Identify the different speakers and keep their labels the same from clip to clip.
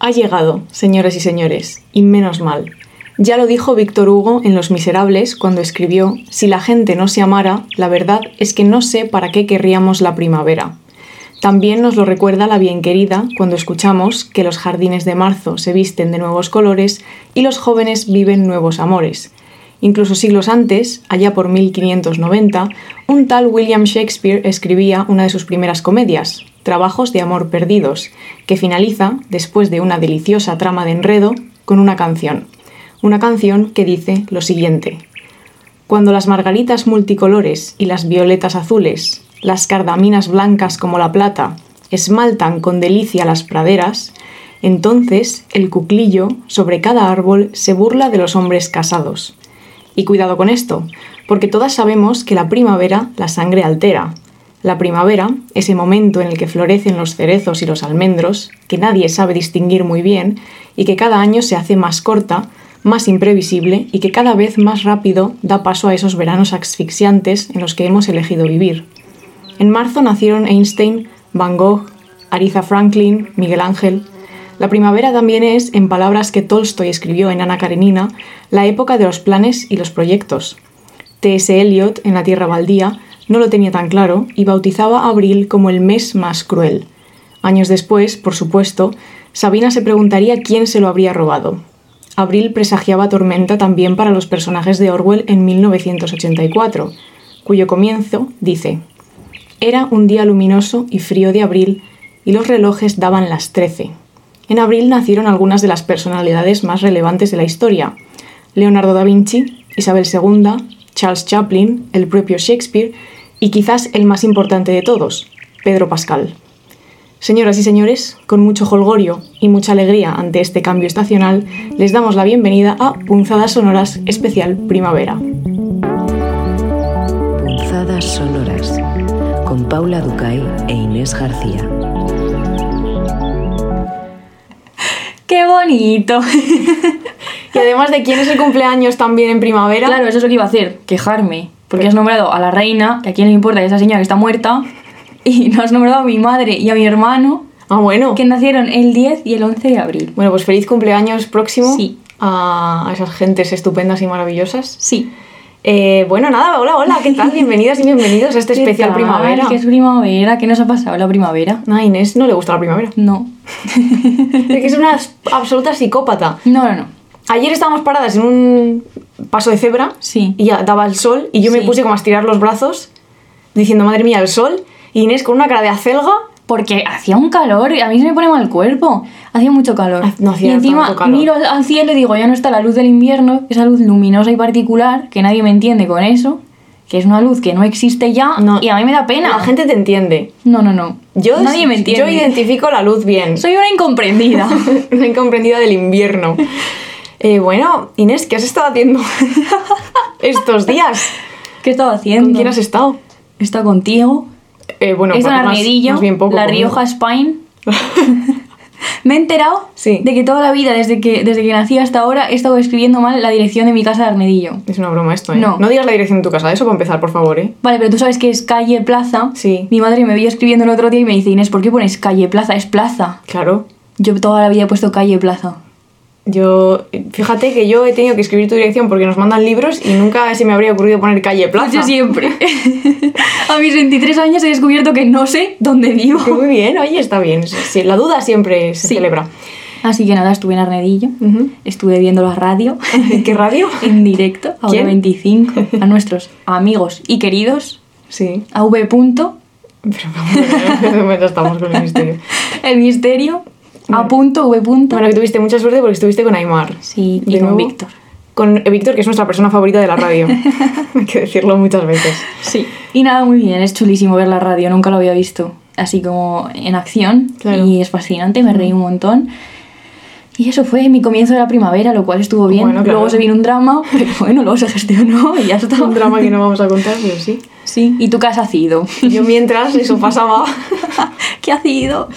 Speaker 1: Ha llegado, señores y señores, y menos mal. Ya lo dijo Víctor Hugo en Los Miserables cuando escribió, Si la gente no se amara, la verdad es que no sé para qué querríamos la primavera. También nos lo recuerda la bien querida cuando escuchamos que los jardines de marzo se visten de nuevos colores y los jóvenes viven nuevos amores. Incluso siglos antes, allá por 1590, un tal William Shakespeare escribía una de sus primeras comedias, Trabajos de Amor Perdidos, que finaliza, después de una deliciosa trama de enredo, con una canción. Una canción que dice lo siguiente. Cuando las margaritas multicolores y las violetas azules, las cardaminas blancas como la plata, esmaltan con delicia las praderas, entonces el cuclillo sobre cada árbol se burla de los hombres casados. Y cuidado con esto, porque todas sabemos que la primavera la sangre altera. La primavera, ese momento en el que florecen los cerezos y los almendros, que nadie sabe distinguir muy bien y que cada año se hace más corta, más imprevisible y que cada vez más rápido da paso a esos veranos asfixiantes en los que hemos elegido vivir. En marzo nacieron Einstein, Van Gogh, Ariza Franklin, Miguel Ángel, la primavera también es, en palabras que Tolstoy escribió en Ana Karenina, la época de los planes y los proyectos. T.S. Eliot, en La Tierra Baldía, no lo tenía tan claro y bautizaba a abril como el mes más cruel. Años después, por supuesto, Sabina se preguntaría quién se lo habría robado. Abril presagiaba tormenta también para los personajes de Orwell en 1984, cuyo comienzo dice: Era un día luminoso y frío de abril y los relojes daban las trece. En abril nacieron algunas de las personalidades más relevantes de la historia. Leonardo da Vinci, Isabel II, Charles Chaplin, el propio Shakespeare y quizás el más importante de todos, Pedro Pascal. Señoras y señores, con mucho holgorio y mucha alegría ante este cambio estacional, les damos la bienvenida a Punzadas Sonoras Especial Primavera.
Speaker 2: Punzadas Sonoras con Paula Ducay e Inés García.
Speaker 3: ¡Qué bonito!
Speaker 1: Y además de quién es el cumpleaños también en primavera.
Speaker 3: claro, eso es lo que iba a hacer, quejarme. Porque has nombrado a la reina, que a quién le importa, que esa señora que está muerta. Y no has nombrado a mi madre y a mi hermano,
Speaker 1: Ah, bueno.
Speaker 3: que nacieron el 10 y el 11 de abril.
Speaker 1: Bueno, pues feliz cumpleaños próximo
Speaker 3: Sí.
Speaker 1: a a esas gentes estupendas y maravillosas.
Speaker 3: Sí.
Speaker 1: Eh, bueno, nada, hola, hola, ¿qué tal? Bienvenidas y bienvenidos a este especial
Speaker 3: ¿Qué tal?
Speaker 1: primavera.
Speaker 3: ¿Qué es primavera? ¿Qué nos ha pasado la primavera?
Speaker 1: No, a Inés no le gusta la primavera.
Speaker 3: No.
Speaker 1: Es que es una s- absoluta psicópata.
Speaker 3: No, no, no.
Speaker 1: Ayer estábamos paradas en un paso de cebra
Speaker 3: Sí.
Speaker 1: y ya daba el sol y yo me
Speaker 3: Sí.
Speaker 1: puse como a estirar los brazos diciendo, madre mía, el sol. Y Inés con una cara de acelga.
Speaker 3: Porque hacía un calor y a mí se me pone mal el cuerpo. Hacía mucho calor.
Speaker 1: Ha- Ah, no hacía
Speaker 3: y encima
Speaker 1: tanto calor.
Speaker 3: miro al- al cielo y digo, ya no está la luz del invierno, esa luz luminosa y particular, que nadie me entiende con eso, que es una luz que no existe ya
Speaker 1: No.
Speaker 3: y a mí me da pena.
Speaker 1: La gente te entiende.
Speaker 3: No, no, no.
Speaker 1: Yo,
Speaker 3: nadie me
Speaker 1: yo
Speaker 3: entiende.
Speaker 1: identifico la luz bien.
Speaker 3: Soy una incomprendida.
Speaker 1: una incomprendida del invierno. Eh, bueno, Inés, ¿qué has estado haciendo estos días?
Speaker 3: ¿Qué estaba haciendo?
Speaker 1: ¿Con quién has estado?
Speaker 3: Está contigo.
Speaker 1: Eh, bueno,
Speaker 3: es un
Speaker 1: más-
Speaker 3: armadillo.
Speaker 1: más bien poco
Speaker 3: la
Speaker 1: conmigo.
Speaker 3: Rioja Spine. Me he enterado
Speaker 1: Sí.
Speaker 3: de que toda la vida, desde que, desde que nací hasta ahora, he estado escribiendo mal la dirección de mi casa de Armedillo.
Speaker 1: Es una broma esto, ¿eh?
Speaker 3: No.
Speaker 1: digas la dirección de tu casa, eso para empezar, por favor, ¿eh?
Speaker 3: Vale, pero tú sabes que es calle plaza.
Speaker 1: Sí.
Speaker 3: Mi madre me vio escribiendo el otro día y me dice, Inés, ¿por qué pones calle plaza? Es plaza.
Speaker 1: Claro.
Speaker 3: Yo toda la vida he puesto calle plaza.
Speaker 1: Yo, fíjate que yo he tenido que escribir tu dirección porque nos mandan libros y nunca se me habría ocurrido poner calle plaza.
Speaker 3: Yo siempre. A mis 23 años he descubierto que no sé dónde vivo.
Speaker 1: Que Muy bien, oye, está bien. Sí, la duda siempre se
Speaker 3: Sí.
Speaker 1: celebra.
Speaker 3: Así que nada, estuve en Arnedillo.
Speaker 1: Ujú.
Speaker 3: Estuve viendo la radio.
Speaker 1: ¿Qué radio?
Speaker 3: en directo, a
Speaker 1: ¿Quién?
Speaker 3: 25. A nuestros amigos y queridos.
Speaker 1: Sí.
Speaker 3: A V. punto,
Speaker 1: Pero bueno, ya estamos con el misterio.
Speaker 3: El misterio. A punto, V. punto.
Speaker 1: Bueno, que tuviste mucha suerte porque estuviste con Aymar.
Speaker 3: Sí, y
Speaker 1: De
Speaker 3: con
Speaker 1: nuevo,
Speaker 3: Víctor.
Speaker 1: Con eh, Víctor, que es nuestra persona favorita de la radio. Hay que decirlo muchas veces.
Speaker 3: Sí. Y nada, muy bien, es chulísimo ver la radio, nunca lo había visto así como en acción.
Speaker 1: Claro.
Speaker 3: Y es fascinante, me reí un montón. Y eso fue mi comienzo de la primavera, lo cual estuvo bien.
Speaker 1: Bueno, claro.
Speaker 3: Luego se vino un drama, pero bueno, luego se gestionó y ya está.
Speaker 1: Un drama que no vamos a contar, pero sí.
Speaker 3: Sí. ¿Y tú qué has hacido?
Speaker 1: Yo mientras eso pasaba,
Speaker 3: ¿Qué has hacido?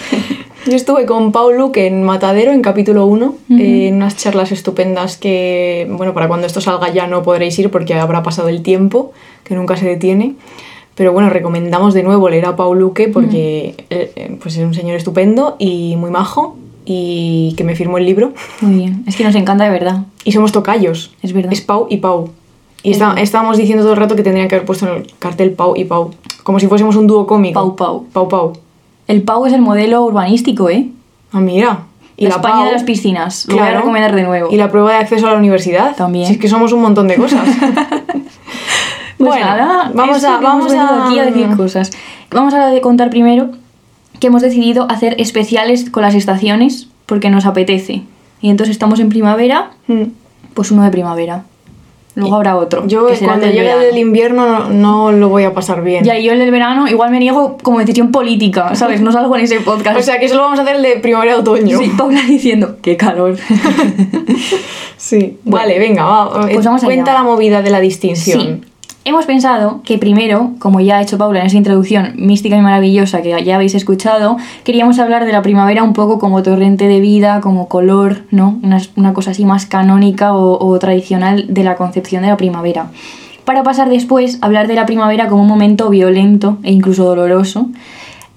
Speaker 1: yo estuve con Pau Luque en Matadero, en capítulo 1, en unas charlas estupendas que, bueno, para cuando esto salga ya no podréis ir porque habrá pasado el tiempo, que nunca se detiene. Pero bueno, recomendamos de nuevo leer a Pau Luque porque eh, eh, pues es un señor estupendo y muy majo y que me firmó el libro.
Speaker 3: Muy bien. Es que nos encanta de verdad.
Speaker 1: Y somos tocayos.
Speaker 3: Es verdad.
Speaker 1: Es Pau y Pau. Y
Speaker 3: Es
Speaker 1: está-
Speaker 3: verdad.
Speaker 1: estábamos diciendo todo el rato que tendrían que haber puesto en el cartel Pau y Pau. Como si fuésemos un dúo cómico.
Speaker 3: Pau, Pau.
Speaker 1: Pau Pau.
Speaker 3: El Pau es el modelo urbanístico, ¿eh?
Speaker 1: Ah, mira. Y
Speaker 3: la,
Speaker 1: la,
Speaker 3: España
Speaker 1: Pau,
Speaker 3: de las piscinas. Lo voy a
Speaker 1: claro.
Speaker 3: recomendar de nuevo.
Speaker 1: Y la prueba de acceso a la universidad.
Speaker 3: También.
Speaker 1: Si es que somos un montón de cosas.
Speaker 3: Pues
Speaker 1: bueno,
Speaker 3: nada,
Speaker 1: vamos
Speaker 3: esto
Speaker 1: a.
Speaker 3: que
Speaker 1: Vamos
Speaker 3: hemos venido
Speaker 1: a...
Speaker 3: aquí a decir cosas. Vamos a de contar primero que hemos decidido hacer especiales con las estaciones porque nos apetece. Y entonces estamos en primavera,
Speaker 1: Mm.
Speaker 3: pues uno de primavera. Luego habrá otro.
Speaker 1: Yo
Speaker 3: que será
Speaker 1: cuando
Speaker 3: del
Speaker 1: llegue
Speaker 3: verano.
Speaker 1: el invierno no, no lo voy a pasar bien.
Speaker 3: Ya, y yo el del verano igual me niego como decisión política, ¿sabes? No salgo en ese podcast.
Speaker 1: O sea que solo vamos a hacer el de primavera-otoño.
Speaker 3: sí, Paula diciendo, qué calor.
Speaker 1: Sí.
Speaker 3: Bueno.
Speaker 1: Vale, venga, va. eh,
Speaker 3: Pues vamos allá.
Speaker 1: Cuenta la movida de la
Speaker 3: Sí.
Speaker 1: distinción.
Speaker 3: Hemos pensado que primero, como ya ha hecho Paula en esa introducción mística y maravillosa que ya habéis escuchado, queríamos hablar de la primavera un poco como torrente de vida, como color, ¿no? Una, una cosa así más canónica o, o tradicional de la concepción de la primavera. Para pasar después a hablar de la primavera como un momento violento e incluso doloroso.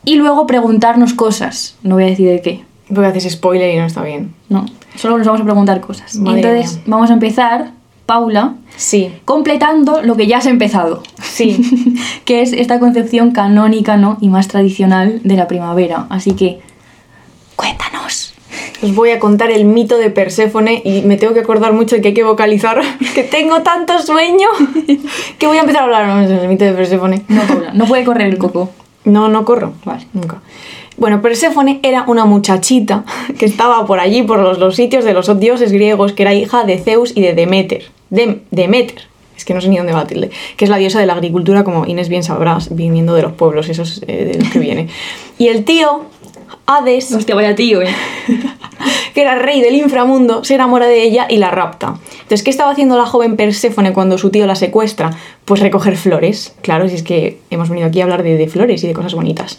Speaker 3: Y luego preguntarnos cosas. No voy a decir de qué.
Speaker 1: Porque haces spoiler y no está bien.
Speaker 3: No. Solo nos vamos a preguntar cosas.
Speaker 1: Madre
Speaker 3: Entonces,
Speaker 1: mía.
Speaker 3: vamos a empezar, Paula,
Speaker 1: Sí.
Speaker 3: completando lo que ya has empezado
Speaker 1: Sí.
Speaker 3: que es esta concepción canónica ¿no? y más tradicional de la primavera. Así que, cuéntanos.
Speaker 1: Os voy a contar el mito de Perséfone y me tengo que acordar mucho de que hay que vocalizar. Que tengo tanto sueño que voy a empezar a hablar del mito de Perséfone.
Speaker 3: No, Paula, no puede correr el coco.
Speaker 1: No, no corro.
Speaker 3: Vale.
Speaker 1: Nunca. Bueno, Perséfone era una muchachita que estaba por allí, por los, los sitios de los dioses griegos, que era hija de Zeus y de Demeter. Dem- Demeter. Es que no sé ni dónde batirle. Que es la diosa de la agricultura, como Inés bien sabrás, viniendo de los pueblos esos eh, de los que viene. Y el tío, Hades,
Speaker 3: Hostia, vaya tío, eh.
Speaker 1: que era rey del inframundo, se enamora de ella y la rapta. Entonces, ¿qué estaba haciendo la joven Perséfone cuando su tío la secuestra? Pues recoger flores. Claro, si es que hemos venido aquí a hablar de, de flores y de cosas bonitas.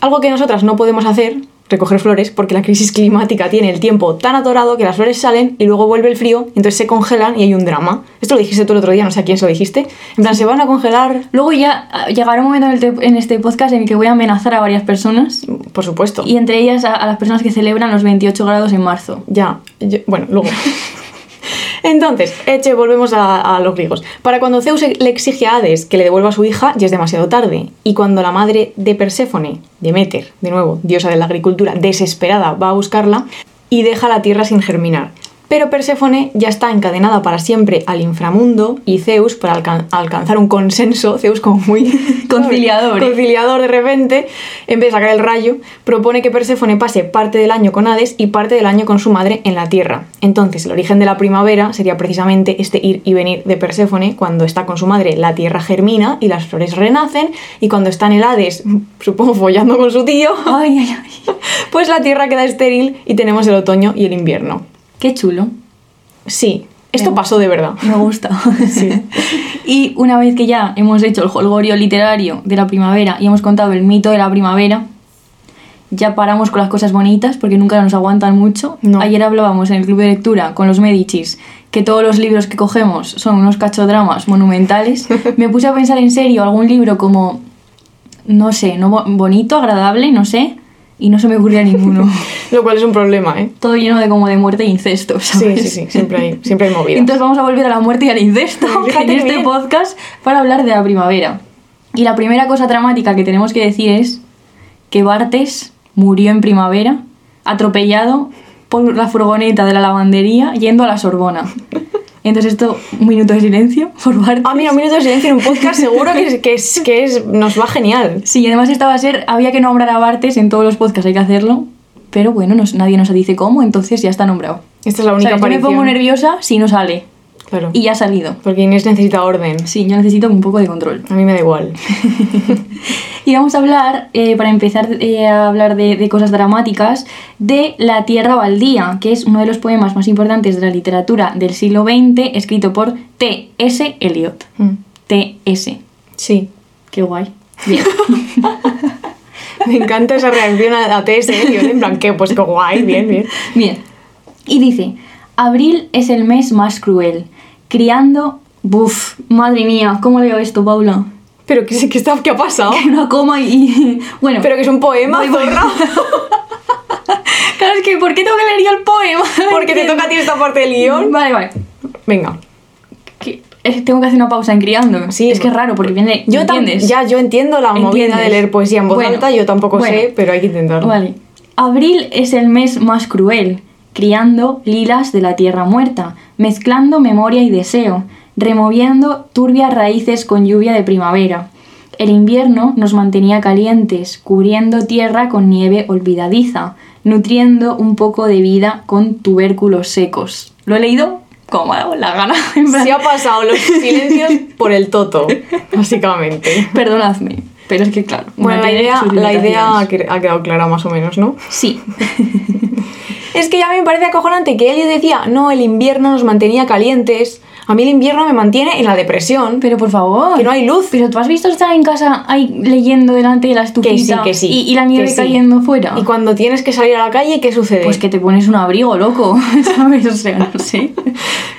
Speaker 1: Algo que nosotras no podemos hacer, recoger flores, porque la crisis climática tiene el tiempo tan atorado que las flores salen y luego vuelve el frío, entonces se congelan y hay un drama. Esto lo dijiste tú el otro día, no sé a quién se lo dijiste. En plan, se van a congelar,
Speaker 3: Luego ya ah, llegará un momento en, el te- en este podcast en el que voy a amenazar a varias personas
Speaker 1: por supuesto.
Speaker 3: y entre ellas a, a las personas que celebran los 28 grados en marzo.
Speaker 1: Ya, yo- bueno, luego. Entonces, eche, volvemos a, a los griegos. Para cuando Zeus e-, le exige a Hades que le devuelva a su hija, ya es demasiado tarde. Y cuando la madre de Perséfone, Demeter, de nuevo, diosa de la agricultura, desesperada, va a buscarla y deja la tierra sin germinar. Pero Perséfone ya está encadenada para siempre al inframundo y Zeus, para alcan- alcanzar un consenso, Zeus como muy
Speaker 3: Conciliador, ¿eh?
Speaker 1: conciliador de repente, en vez de sacar el rayo, propone que Perséfone pase parte del año con Hades y parte del año con su madre en la Tierra. Entonces, el origen de la primavera sería precisamente este ir y venir de Perséfone. Cuando está con su madre, la Tierra germina y las flores renacen, y cuando está en el Hades, supongo follando con su tío,
Speaker 3: Ay, ay, ay.
Speaker 1: pues la Tierra queda estéril y tenemos el otoño y el invierno.
Speaker 3: Qué chulo.
Speaker 1: Sí, esto
Speaker 3: Venga.
Speaker 1: pasó de verdad.
Speaker 3: Me gusta.
Speaker 1: Sí.
Speaker 3: Y una vez que ya hemos hecho el holgorio literario de la primavera y hemos contado el mito de la primavera, ya paramos con las cosas bonitas porque nunca nos aguantan mucho.
Speaker 1: No.
Speaker 3: Ayer hablábamos en el club de lectura con los Medicis que todos los libros que cogemos son unos cachodramas monumentales. Me puse a pensar en serio algún libro como, no sé, no bo- bonito, agradable, no sé, y no se me ocurría ninguno.
Speaker 1: Lo cual es un problema, ¿eh?
Speaker 3: Todo lleno de como de muerte e incesto,
Speaker 1: Sí,
Speaker 3: ¿sabes?
Speaker 1: sí, sí, siempre hay, siempre hay movidas.
Speaker 3: Entonces vamos a volver a la muerte y al incesto en
Speaker 1: Fíjate qué
Speaker 3: este
Speaker 1: bien.
Speaker 3: podcast para hablar de la primavera. Y la primera cosa dramática que tenemos que decir es que Bartes murió en primavera atropellado por la furgoneta de la lavandería yendo a la Sorbona. Entonces esto, un minuto de silencio por Bartes.
Speaker 1: Ah, mira, un minuto de silencio en un podcast seguro que, es- que, es, que es, nos va genial.
Speaker 3: Sí, además esta va a ser, había que nombrar a Bartes en todos los podcasts, hay que hacerlo. Pero bueno, nos- nadie nos dice cómo, entonces ya está nombrado.
Speaker 1: Esta es la
Speaker 3: O
Speaker 1: única
Speaker 3: sea, yo me
Speaker 1: aparición.
Speaker 3: pongo nerviosa si no sale.
Speaker 1: Claro.
Speaker 3: Y ya ha salido.
Speaker 1: Porque Inés necesita orden.
Speaker 3: Sí, yo necesito un poco de control.
Speaker 1: A mí me da igual.
Speaker 3: Y vamos a hablar, eh, para empezar eh, a hablar de, de cosas dramáticas, de La Tierra Baldía, que es uno de los poemas más importantes de la literatura del siglo XX, escrito por T.S. Eliot.
Speaker 1: Mm,
Speaker 3: T.S.
Speaker 1: Sí.
Speaker 3: Qué guay. Bien.
Speaker 1: Me encanta esa reacción a, a TS, ¿eh? Yo en plan, que pues qué guay, bien, bien.
Speaker 3: Bien. Y dice, abril es el mes más cruel, criando... Buf, madre mía, ¿cómo leo esto, Paula?
Speaker 1: Pero que sé que está, ¿qué ha pasado?
Speaker 3: Una coma y... Bueno,
Speaker 1: Pero que es un poema,
Speaker 3: Voy, voy.
Speaker 1: zorra.
Speaker 3: Claro, es que ¿por qué tengo que leer yo el poema?
Speaker 1: Porque te toca a ti esta parte del guión.
Speaker 3: Vale, vale.
Speaker 1: Venga.
Speaker 3: Que- es- tengo que hacer una pausa en criando.
Speaker 1: Sí.
Speaker 3: es que es raro porque viene.
Speaker 1: Yo tam-
Speaker 3: ¿entiendes?
Speaker 1: Ya, yo entiendo la movida
Speaker 3: ¿Entiendes?
Speaker 1: de leer poesía en voz
Speaker 3: Bueno,
Speaker 1: alta, yo tampoco
Speaker 3: bueno.
Speaker 1: sé, pero hay que intentarlo.
Speaker 3: Vale. Abril es el mes más cruel, criando lilas de la tierra muerta, mezclando memoria y deseo, removiendo turbias raíces con lluvia de primavera. El invierno nos mantenía calientes, cubriendo tierra con nieve olvidadiza, nutriendo un poco de vida con tubérculos secos. ¿Lo he leído? Como me ha dado la gana. en plan-
Speaker 1: Se ha pasado los silencios por el toto, básicamente.
Speaker 3: Perdonadme, pero es que claro. uno
Speaker 1: Bueno, la
Speaker 3: tiene
Speaker 1: idea,
Speaker 3: sus
Speaker 1: la idea ha
Speaker 3: limitaciones.
Speaker 1: que- ha quedado clara más o menos, ¿no?
Speaker 3: Sí.
Speaker 1: Es que ya me parece acojonante que él decía, no, el invierno nos mantenía calientes. A mí el invierno me mantiene en la depresión.
Speaker 3: Pero por favor.
Speaker 1: Que no hay luz.
Speaker 3: Pero tú has visto estar en casa ahí leyendo delante de la estufita.
Speaker 1: que sí, que sí.
Speaker 3: Y, y la nieve
Speaker 1: que sí.
Speaker 3: cayendo fuera.
Speaker 1: Y cuando tienes que salir a la calle, ¿qué sucede?
Speaker 3: Pues que te pones un abrigo, loco. ¿Sabes? O sea, no sé.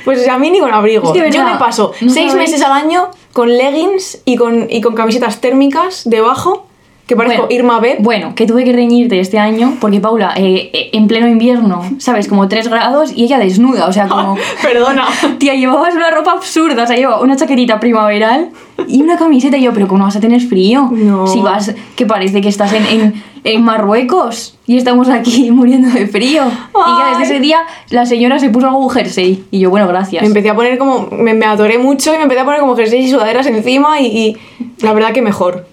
Speaker 1: Pues a mí ni con abrigo.
Speaker 3: Es que,
Speaker 1: Yo
Speaker 3: ¿verdad?
Speaker 1: me paso
Speaker 3: No
Speaker 1: seis
Speaker 3: sabéis.
Speaker 1: meses al año con leggings y con, y con camisetas térmicas debajo, que parezco Irma B.
Speaker 3: Bueno, que tuve que reñirte este año porque Paula, eh, eh, en pleno invierno, ¿sabes? Como 3 grados y ella desnuda, o sea, como.
Speaker 1: Perdona.
Speaker 3: Tía, llevabas una ropa absurda, o sea, llevaba una chaquetita primaveral y una camiseta. Y yo, pero ¿cómo no vas a tener frío?
Speaker 1: No.
Speaker 3: Si vas, que parece que estás en, en, en Marruecos y estamos aquí muriendo de frío. Y ya desde
Speaker 1: Ay.
Speaker 3: ese día la señora se puso algún jersey. Y yo, bueno, gracias.
Speaker 1: Me empecé a poner como. Me, me atoré mucho y me empecé a poner como jerseys y sudaderas encima y, y la verdad que mejor.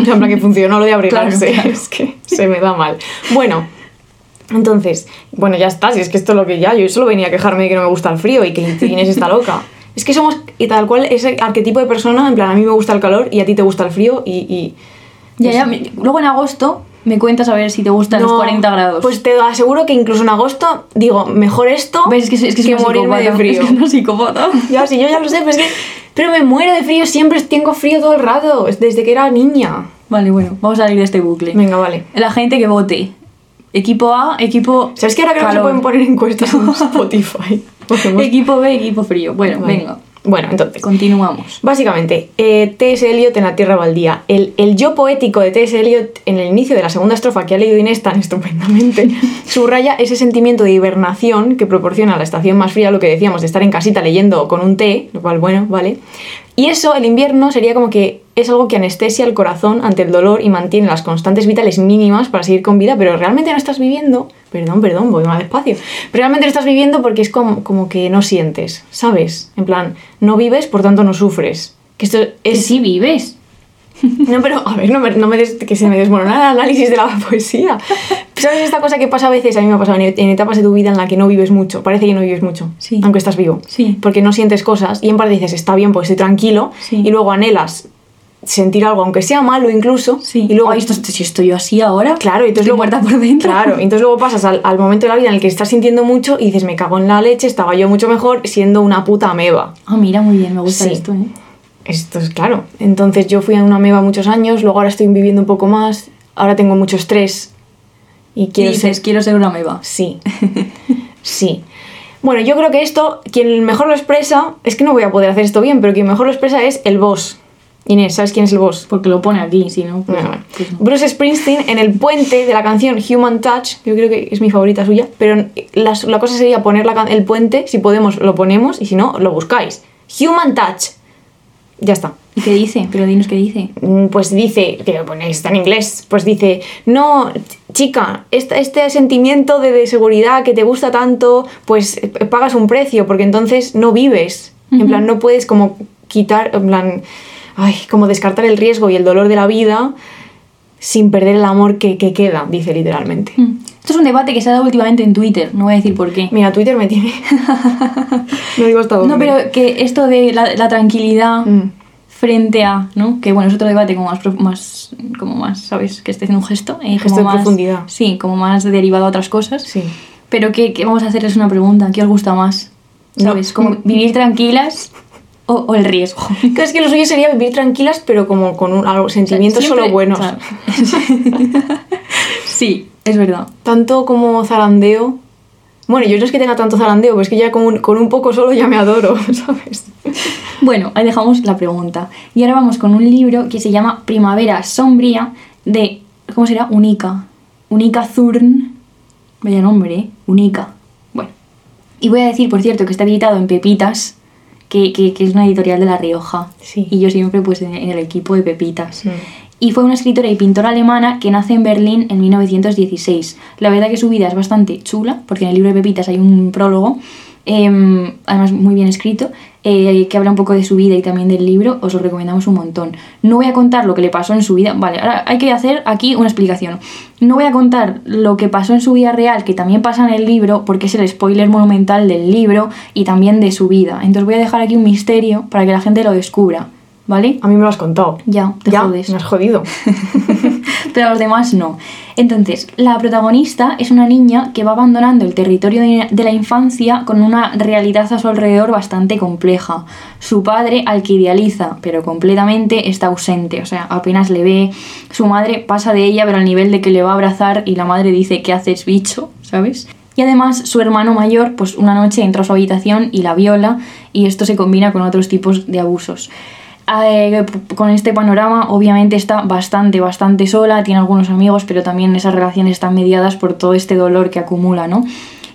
Speaker 1: O sea, en plan que funcionó lo de abrigarse.
Speaker 3: Claro, claro.
Speaker 1: Es que se me da mal. Bueno. Entonces, bueno, ya está, si es que esto es lo que ya, yo solo venía a quejarme de que no me gusta el frío y que Inés está loca. Es que somos, y tal cual, ese arquetipo de persona, en plan, a mí me gusta el calor y a ti te gusta el frío y... y-
Speaker 3: Ya, ya, me- luego en agosto me cuentas a ver si te gustan los
Speaker 1: No,
Speaker 3: 40 grados.
Speaker 1: Pues te aseguro que incluso en agosto digo, mejor esto
Speaker 3: ¿Ves? Es que, es que, es una
Speaker 1: morirme de
Speaker 3: psicópata,
Speaker 1: frío.
Speaker 3: Es que es una psicópata.
Speaker 1: Ya, sí, yo ya lo sé, pero es que. Pero me muero de frío, siempre tengo frío todo el rato, desde que era niña.
Speaker 3: Vale, bueno, vamos a salir de este bucle.
Speaker 1: Venga, vale.
Speaker 3: La gente que vote. Equipo A, equipo.
Speaker 1: ¿Sabes que ahora creo que se pueden
Speaker 3: calor.
Speaker 1: poner encuestas en Spotify? Podemos-
Speaker 3: Equipo B, equipo frío. Bueno,
Speaker 1: Vale.
Speaker 3: venga,
Speaker 1: Bueno, entonces.
Speaker 3: continuamos.
Speaker 1: Básicamente, eh, T.S. Eliot en la Tierra Baldía. El, el yo poético de T.S. Eliot en el inicio de la segunda estrofa que ha leído Inés tan estupendamente subraya ese sentimiento de hibernación que proporciona la estación más fría, lo que decíamos, de estar en casita leyendo con un té, lo cual, bueno, vale. Y eso, el invierno, sería como que es algo que anestesia el corazón ante el dolor y mantiene las constantes vitales mínimas para seguir con vida, pero realmente no estás viviendo. Perdón, perdón, voy más despacio. Pero realmente no estás viviendo porque es como, como que no sientes, ¿sabes? En plan, no vives, por tanto no sufres. Que esto
Speaker 3: Que
Speaker 1: es.
Speaker 3: sí vives.
Speaker 1: No, pero a ver, no me, no me des- que se me desmorona el análisis de la poesía. ¿Sabes esta cosa que pasa a veces? A mí me ha pasado en, en etapas de tu vida en la que no vives mucho. Parece que no vives mucho,
Speaker 3: Sí.
Speaker 1: aunque estás vivo.
Speaker 3: Sí.
Speaker 1: Porque no sientes cosas y en parte dices, está bien, pues estoy tranquilo.
Speaker 3: Sí.
Speaker 1: Y luego anhelas sentir algo, aunque sea malo incluso.
Speaker 3: Y luego, ay,
Speaker 1: esto
Speaker 3: esto, esto- si estoy yo así ahora.
Speaker 1: Claro, y entonces
Speaker 3: estoy
Speaker 1: luego,
Speaker 3: muerta por dentro.
Speaker 1: Claro, y entonces luego pasas al, al momento de la vida en el que estás sintiendo mucho y dices, me cago en la leche, estaba yo mucho mejor siendo una puta ameba.
Speaker 3: Ah, mira, muy bien, me gusta
Speaker 1: Sí.
Speaker 3: esto, ¿eh?
Speaker 1: Esto es claro. Entonces yo fui a una ameba muchos años, luego ahora estoy viviendo un poco más, ahora tengo mucho estrés y
Speaker 3: ¿Qué
Speaker 1: quiero ser...
Speaker 3: dices? Quiero ser una meba.
Speaker 1: Sí, sí. Bueno, yo creo que esto, quien mejor lo expresa, es que no voy a poder hacer esto bien, pero quien mejor lo expresa es el boss. Inés, ¿sabes quién es el boss?
Speaker 3: Porque lo pone aquí, si no. pues-
Speaker 1: Bueno, bueno.
Speaker 3: pues no.
Speaker 1: Bruce Springsteen en el puente de la canción Human Touch, yo creo que es mi favorita suya, pero la, la cosa sería poner la can- el puente, si podemos lo ponemos y si no, lo buscáis. Human Touch. Ya está.
Speaker 3: ¿Y qué dice? Pero dinos qué dice.
Speaker 1: Mm, Pues dice, que lo ponéis, está en inglés, pues dice, no, ch- chica, este, este sentimiento de, de seguridad que te gusta tanto, pues eh, pagas un precio, porque entonces no vives. En plan, no puedes como quitar, en plan, ay, como descartar el riesgo y el dolor de la vida sin perder el amor que, que queda, dice literalmente.
Speaker 3: Mm. Esto es un debate que se ha dado últimamente en Twitter, no voy a decir por qué.
Speaker 1: Mira, Twitter me tiene. no digo hasta dónde.
Speaker 3: No, pero que esto de la, la tranquilidad
Speaker 1: Mm.
Speaker 3: frente a, ¿no? Que bueno, es otro debate como más, prof- más como más, ¿sabes? Que esté haciendo un gesto. eh,
Speaker 1: Gesto
Speaker 3: como
Speaker 1: de
Speaker 3: más-
Speaker 1: profundidad.
Speaker 3: Sí, como más derivado a otras cosas.
Speaker 1: Sí.
Speaker 3: Pero que, que vamos a hacerles una pregunta, ¿qué os gusta más? ¿Sabes?
Speaker 1: No. Mm.
Speaker 3: Como vivir tranquilas o, o el riesgo.
Speaker 1: Claro, Es que lo suyo sería vivir tranquilas, pero como con un, algo- sentimientos
Speaker 3: Siempre-
Speaker 1: solo buenos.
Speaker 3: claro. sí, es verdad.
Speaker 1: tanto como zarandeo. Bueno, yo no es que tenga tanto zarandeo, pero es que ya con un, con un poco solo ya me adoro, ¿sabes?
Speaker 3: Bueno, ahí dejamos la pregunta. Y ahora vamos con un libro que se llama Primavera Sombría de. ¿Cómo será? Unica. Unica Zurn. Vaya nombre, ¿eh? Única. Bueno. Y voy a decir, por cierto, que está editado en Pepitas, que, que- que es una editorial de La Rioja.
Speaker 1: Sí.
Speaker 3: Y yo siempre, pues, en, en el equipo de Pepitas.
Speaker 1: Mm.
Speaker 3: Y fue una escritora y pintora alemana que nace en Berlín en 1916. La verdad que su vida es bastante chula, porque en el libro de Pepitas hay un prólogo, em, además muy bien escrito, eh, que habla un poco de su vida y también del libro. Os lo recomendamos un montón. No voy a contar lo que le pasó en su vida. Vale, ahora hay que hacer aquí una explicación. No voy a contar lo que pasó en su vida real, que también pasa en el libro, porque es el spoiler monumental del libro y también de su vida. Entonces voy a dejar aquí un misterio para que la gente lo descubra. ¿Vale?
Speaker 1: A mí me lo has contado.
Speaker 3: Ya, te
Speaker 1: ya,
Speaker 3: jodes.
Speaker 1: me has jodido.
Speaker 3: pero a los demás no. Entonces, la protagonista es una niña que va abandonando el territorio de- de la infancia con una realidad a su alrededor bastante compleja. Su padre, al que idealiza, pero completamente está ausente, o sea, apenas le ve. Su madre pasa de ella, pero al nivel de que le va a abrazar y la madre dice, ¿qué haces, bicho? ¿Sabes? Y además su hermano mayor, pues una noche entra a su habitación y la viola y esto se combina con otros tipos de abusos. Eh, con este panorama obviamente está bastante, bastante sola, tiene algunos amigos, pero también esas relaciones están mediadas por todo este dolor que acumula, ¿no?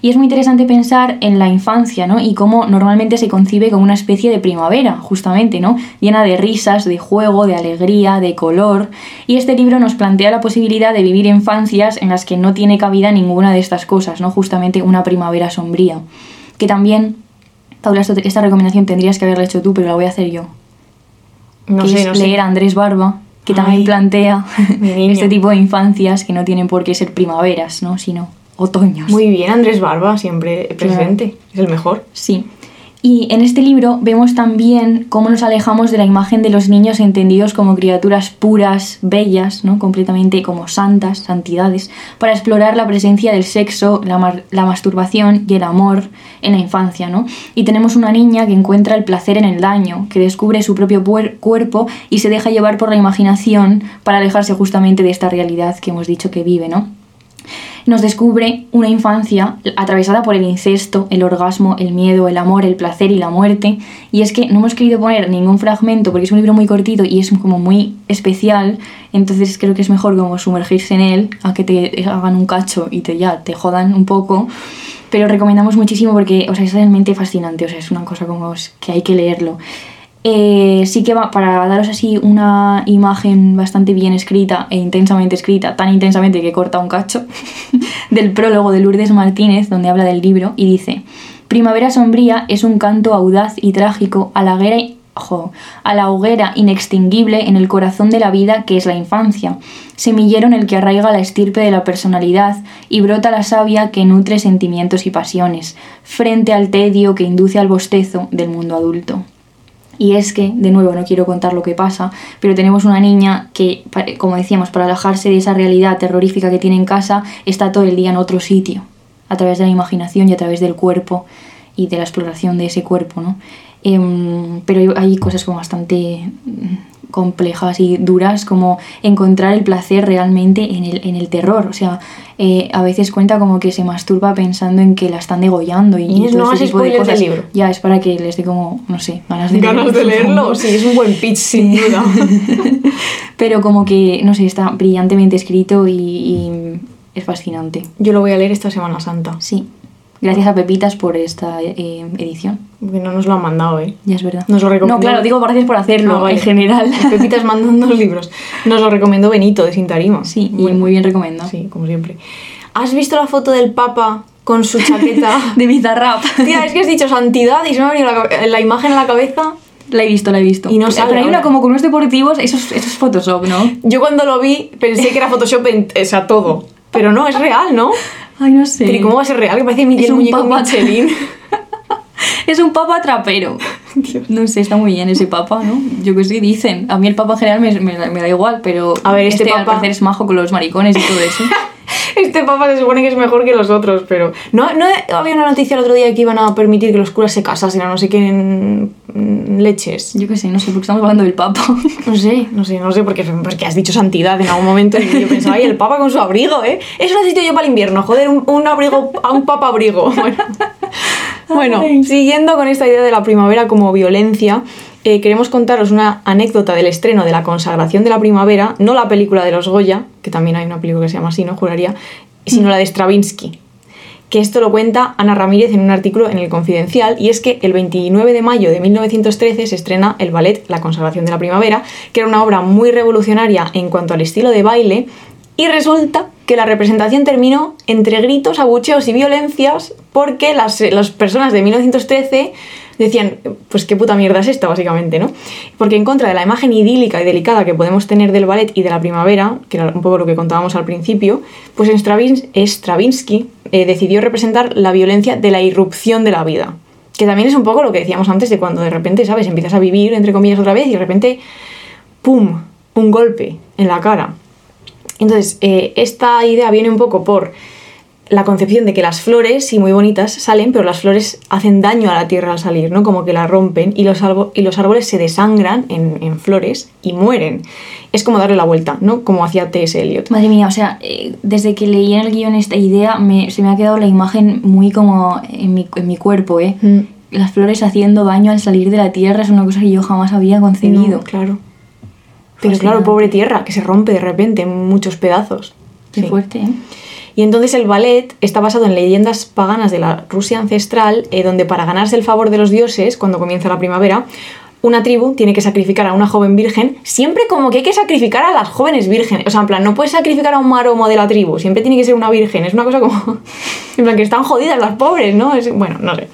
Speaker 3: Y es muy interesante pensar en la infancia, ¿no? Y cómo normalmente se concibe como una especie de primavera, justamente, ¿no? Llena de risas, de juego, de alegría, de color. Y este libro nos plantea la posibilidad de vivir infancias en las que no tiene cabida ninguna de estas cosas, ¿no? Justamente una primavera sombría. Que también, Paula, esto- esta recomendación tendrías que haberla hecho tú, pero la voy a hacer yo
Speaker 1: No
Speaker 3: que
Speaker 1: sé,
Speaker 3: es
Speaker 1: no
Speaker 3: leer
Speaker 1: sé.
Speaker 3: a Andrés Barba, que también
Speaker 1: Ay,
Speaker 3: plantea
Speaker 1: mi niño.
Speaker 3: este tipo de infancias que no tienen por qué ser primaveras, ¿no? sino otoños.
Speaker 1: Muy bien, Andrés Barba, siempre presente. Es el mejor.
Speaker 3: Sí. Y en este libro vemos también cómo nos alejamos de la imagen de los niños entendidos como criaturas puras, bellas, ¿no? completamente como santas, santidades, para explorar la presencia del sexo, la, mar- la masturbación y el amor en la infancia. ¿no? Y tenemos una niña que encuentra el placer en el daño, que descubre su propio puer- cuerpo y se deja llevar por la imaginación para alejarse justamente de esta realidad que hemos dicho que vive. ¿no? nos descubre una infancia atravesada por el incesto, el orgasmo, el miedo, el amor, el placer y la muerte. Y es que no hemos querido poner ningún fragmento porque es un libro muy cortito y es como muy especial, entonces creo que es mejor como sumergirse en él a que te hagan un cacho y te ya te jodan un poco. Pero recomendamos muchísimo porque o sea, es realmente fascinante, o sea, es una cosa como es que hay que leerlo. Eh, sí que va, para daros así una imagen bastante bien escrita e intensamente escrita, tan intensamente que corta un cacho, del prólogo de Lourdes Martínez, donde habla del libro, y dice, Primavera sombría es un canto audaz y trágico a la hoguera, jo, a la hoguera inextinguible en el corazón de la vida que es la infancia, semillero en el que arraiga la estirpe de la personalidad y brota la savia que nutre sentimientos y pasiones, frente al tedio que induce al bostezo del mundo adulto. Y es que, de nuevo, no quiero contar lo que pasa, pero tenemos una niña que, pa- como decíamos, para alejarse de esa realidad terrorífica que tiene en casa, está todo el día en otro sitio, a través de la imaginación y a través del cuerpo y de la exploración de ese cuerpo, ¿no? Em, pero hay- hay cosas como bastante mm, complejas y duras, como encontrar el placer realmente en el, en el terror. O sea, eh, a veces cuenta como que se masturba pensando en que la están degollando y, y
Speaker 1: Inés,
Speaker 3: todo
Speaker 1: no
Speaker 3: ese
Speaker 1: hagas
Speaker 3: tipo de
Speaker 1: spoilers del
Speaker 3: cosas.
Speaker 1: libro.
Speaker 3: Ya, es para que les dé como, no sé, ganas de
Speaker 1: Ganas de leerlo. Sí, es un buen pitch, sin duda.
Speaker 3: Pero como que, no sé, está brillantemente escrito y, y es fascinante.
Speaker 1: Yo lo voy a leer esta Semana Santa.
Speaker 3: Sí. Gracias a Pepitas por esta eh, edición.
Speaker 1: Porque no nos lo han mandado, ¿eh?
Speaker 3: Ya es verdad.
Speaker 1: Nos lo
Speaker 3: No,
Speaker 1: recomiendo.
Speaker 3: claro, digo gracias por hacerlo
Speaker 1: Ah, vale.
Speaker 3: en general.
Speaker 1: Pepitas mandando los libros. Nos lo recomendó Benito de Sintarima.
Speaker 3: Sí, y muy bien recomendado.
Speaker 1: Sí, como siempre. ¿Has visto la foto del Papa con su chaqueta?
Speaker 3: De Bizarrap.
Speaker 1: Tía, es que has dicho santidad y se me ha venido la, cabe- la imagen en la cabeza.
Speaker 3: La he visto, la he visto.
Speaker 1: Y no
Speaker 3: Ah,
Speaker 1: sale
Speaker 3: Pero hay
Speaker 1: ahora.
Speaker 3: una como con unos deportivos, eso es, eso es Photoshop, ¿no?
Speaker 1: Yo cuando lo vi pensé que era Photoshop, en- o sea, todo. Pero no, es real, ¿no?
Speaker 3: Ay, no sé.
Speaker 1: Pero ¿y ¿Cómo va a ser real? Que parece mi
Speaker 3: Es
Speaker 1: el
Speaker 3: un
Speaker 1: muñeco
Speaker 3: papa.
Speaker 1: Michelin.
Speaker 3: Es un papa trapero.
Speaker 1: Dios.
Speaker 3: No sé, está muy bien ese papa, ¿no? Yo que sí, dicen. A mí el papa en general me, me da- me da igual, pero
Speaker 1: A ver, este
Speaker 3: al
Speaker 1: papa-
Speaker 3: parecer es majo con los maricones y todo eso.
Speaker 1: Este papa se supone que es mejor que los otros, pero... ¿No, no había una noticia el otro día que iban a permitir que los curas se casasen a no sé qué en- en leches?
Speaker 3: Yo que sé, no sé, porque estamos hablando del papa.
Speaker 1: No sé, no sé, no sé, porque, porque has dicho santidad en algún momento y yo pensaba, ay, el papa con su abrigo, ¿eh? Eso necesito yo para el invierno, joder, un, un abrigo a un papa abrigo. Bueno, Bueno,
Speaker 3: Ay.
Speaker 1: siguiendo con esta idea de la primavera como violencia, eh, queremos contaros una anécdota del estreno de La consagración de la primavera, no la película de los Goya, que también hay una película que se llama así, no juraría, sino la de Stravinsky. que esto lo cuenta Ana Ramírez en un artículo en El Confidencial, y es que el 29 de mayo de 1913 se estrena el ballet La Consagración de la Primavera, que era una obra muy revolucionaria en cuanto al estilo de baile, y resulta que la representación terminó entre gritos, abucheos y violencias porque las, las personas de 1913 decían, pues qué puta mierda es esta, básicamente, ¿no? Porque en contra de la imagen idílica y delicada que podemos tener del ballet y de la primavera, que era un poco lo que contábamos al principio, pues Stravins, Stravinsky eh, decidió representar la violencia de la irrupción de la vida. Que también es un poco lo que decíamos antes de cuando de repente, ¿sabes? Empiezas a vivir, entre comillas, otra vez y de repente, ¡pum!, un golpe en la cara. Entonces, eh, esta idea viene un poco por la concepción de que las flores, sí, muy bonitas, salen, pero las flores hacen daño a la tierra al salir, ¿no? Como que la rompen y los, y los árboles se desangran en, en, flores y mueren. Es como darle la vuelta, ¿no? Como hacía T.S. Eliot.
Speaker 3: Madre mía, o sea, eh, desde que leí en el guión esta idea, me, se me ha quedado la imagen muy como en mi, en mi cuerpo, ¿eh? Mm. Las flores haciendo daño al salir de la tierra es una cosa que yo jamás había concebido.
Speaker 1: No, claro. Pero claro, pobre tierra, que se rompe de repente en muchos pedazos.
Speaker 3: Qué sí. fuerte, ¿eh?
Speaker 1: Y entonces el ballet está basado en leyendas paganas de la Rusia ancestral, eh, donde para ganarse el favor de los dioses, cuando comienza la primavera, una tribu tiene que sacrificar a una joven virgen, siempre como que hay que sacrificar a las jóvenes vírgenes. O sea, en plan, no puedes sacrificar a un maromo de la tribu, siempre tiene que ser una virgen. Es una cosa como. en plan, que están jodidas las pobres, ¿no? Es, bueno, no sé.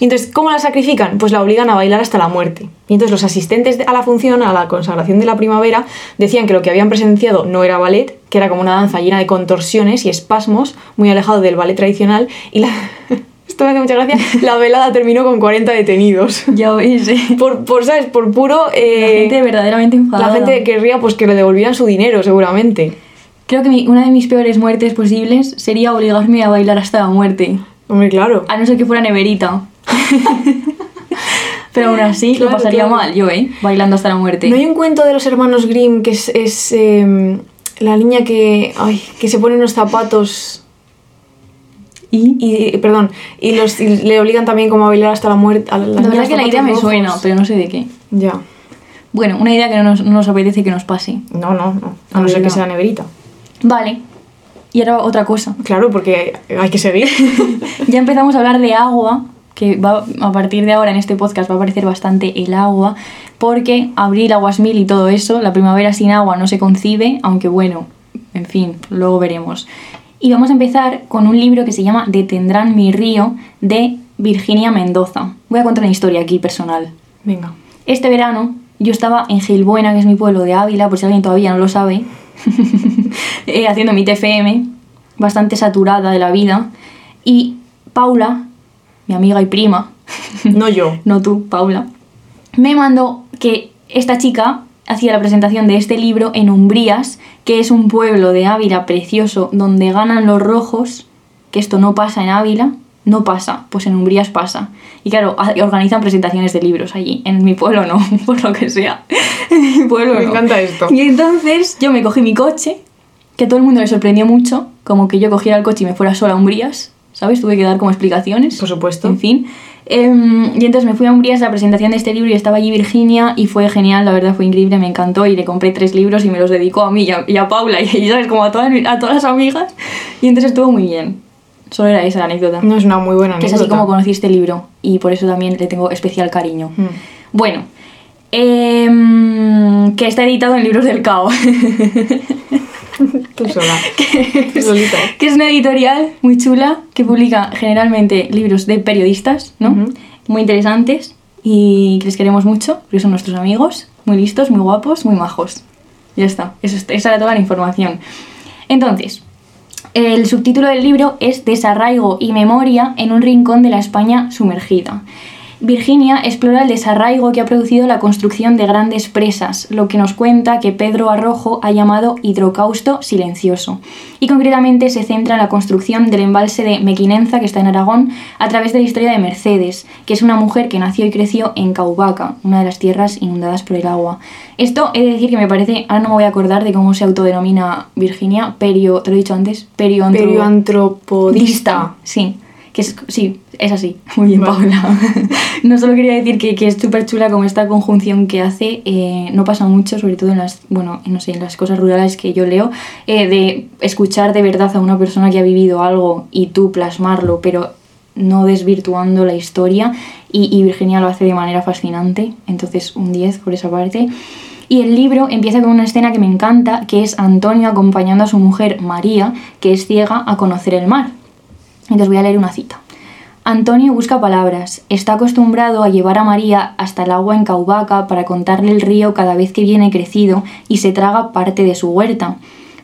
Speaker 1: Y entonces, ¿cómo la sacrifican? Pues la obligan a bailar hasta la muerte. Y entonces los asistentes a la función, a la consagración de la primavera, decían que lo que habían presenciado no era ballet, que era como una danza llena de contorsiones y espasmos, muy alejado del ballet tradicional, y la... Esto me hace mucha gracia. La velada terminó con 40 detenidos.
Speaker 3: Ya veis, ¿eh?
Speaker 1: Por, por ¿sabes? Por puro...
Speaker 3: Eh... La gente verdaderamente enfadada.
Speaker 1: La gente querría pues, que le devolvieran su dinero, seguramente.
Speaker 3: Creo que mi, una de mis peores muertes posibles sería obligarme a bailar hasta la muerte.
Speaker 1: Hombre, claro.
Speaker 3: A no ser que fuera neverita. Pero aún así claro, lo pasaría claro. mal yo, ¿eh? Bailando hasta la muerte.
Speaker 1: No hay un cuento de los hermanos Grimm que es, es eh, la niña que, ay, que se pone unos zapatos...
Speaker 3: ¿Y?
Speaker 1: y perdón, y, los, y le obligan también como a bailar hasta la muerte. A la,
Speaker 3: la verdad que la idea rojos. me suena, pero no sé de qué.
Speaker 1: Ya.
Speaker 3: Bueno, una idea que no nos, no nos apetece que nos pase.
Speaker 1: No, no, no. A, a no ser que sea neverita.
Speaker 3: Vale, y ahora otra cosa.
Speaker 1: Claro, porque hay que seguir.
Speaker 3: ya empezamos a hablar de agua, que va, a partir de ahora en este podcast va a aparecer bastante el agua, porque abril, aguas mil y todo eso, la primavera sin agua no se concibe, aunque bueno, en fin, luego veremos. Y vamos a empezar con un libro que se llama Detendrán mi río de Virginia Mendoza. Voy a contar una historia aquí personal.
Speaker 1: Venga.
Speaker 3: Este verano yo estaba en Gilbuena, que es mi pueblo de Ávila, por si alguien todavía no lo sabe, eh, haciendo mi TFM, bastante saturada de la vida. Y Paula, mi amiga y prima,
Speaker 1: no yo,
Speaker 3: no tú, Paula, me mandó que esta chica hacía la presentación de este libro en Umbrías, que es un pueblo de Ávila precioso donde ganan los rojos, que esto no pasa en Ávila. No pasa, pues en Umbrías pasa. Y claro, organizan presentaciones de libros allí. En mi pueblo no, por lo que sea. En mi pueblo
Speaker 1: Me
Speaker 3: no.
Speaker 1: encanta esto.
Speaker 3: Y entonces yo me cogí mi coche, que a todo el mundo le sorprendió mucho, como que yo cogiera el coche y me fuera sola a Umbrías, ¿sabes? Tuve que dar como explicaciones.
Speaker 1: Por supuesto.
Speaker 3: En fin. Eh, y entonces me fui a Umbrías a la presentación de este libro y estaba allí Virginia y fue genial, la verdad fue increíble, me encantó y le compré tres libros y me los dedicó a mí y a, y a Paula y, ¿sabes? Como a todas, a todas las amigas. Y entonces estuvo muy bien. Solo era esa la anécdota.
Speaker 1: No es una muy buena
Speaker 3: que
Speaker 1: anécdota.
Speaker 3: es así como conocí este libro y por eso también le tengo especial cariño.
Speaker 1: Hmm.
Speaker 3: Mm. Bueno, eh, que está editado en Libros del Cao.
Speaker 1: Tú sola.
Speaker 3: que, es,
Speaker 1: Solita.
Speaker 3: que es una editorial muy chula que publica generalmente libros de periodistas, ¿no? Uh -huh. Muy interesantes y que les queremos mucho porque son nuestros amigos, muy listos, muy guapos, muy majos. Ya está, Eso, esa era toda la información. Entonces, el subtítulo del libro es Desarraigo y memoria en un rincón de la España sumergida. Virginia explora el desarraigo que ha producido la construcción de grandes presas, lo que nos cuenta que Pedro Arrojo ha llamado hidrocausto silencioso. Y concretamente se centra en la construcción del embalse de Mequinenza, que está en Aragón, a través de la historia de Mercedes, que es una mujer que nació y creció en Caubaca, una de las tierras inundadas por el agua. Esto he de decir que me parece, ahora no me voy a acordar de cómo se autodenomina Virginia, perio, te lo he dicho antes,
Speaker 1: perioantropodista.
Speaker 3: Sí Que es, sí, es así. Muy bien,
Speaker 1: Vale.
Speaker 3: Paula. no solo quería decir que, que es súper chula como esta conjunción que hace. eh, no pasa mucho, sobre todo en las, bueno, no sé, en las cosas rurales que yo leo, eh, de escuchar de verdad a una persona que ha vivido algo y tú plasmarlo, pero no desvirtuando la historia y, y Virginia lo hace de manera fascinante, entonces un 10 por esa parte. Y el libro empieza con una escena que me encanta, que es Antonio acompañando a su mujer María, que es ciega, a conocer el mar. Entonces voy a leer una cita. Antonio busca palabras. Está acostumbrado a llevar a María hasta el agua en Caubaca para contarle el río cada vez que viene crecido y se traga parte de su huerta.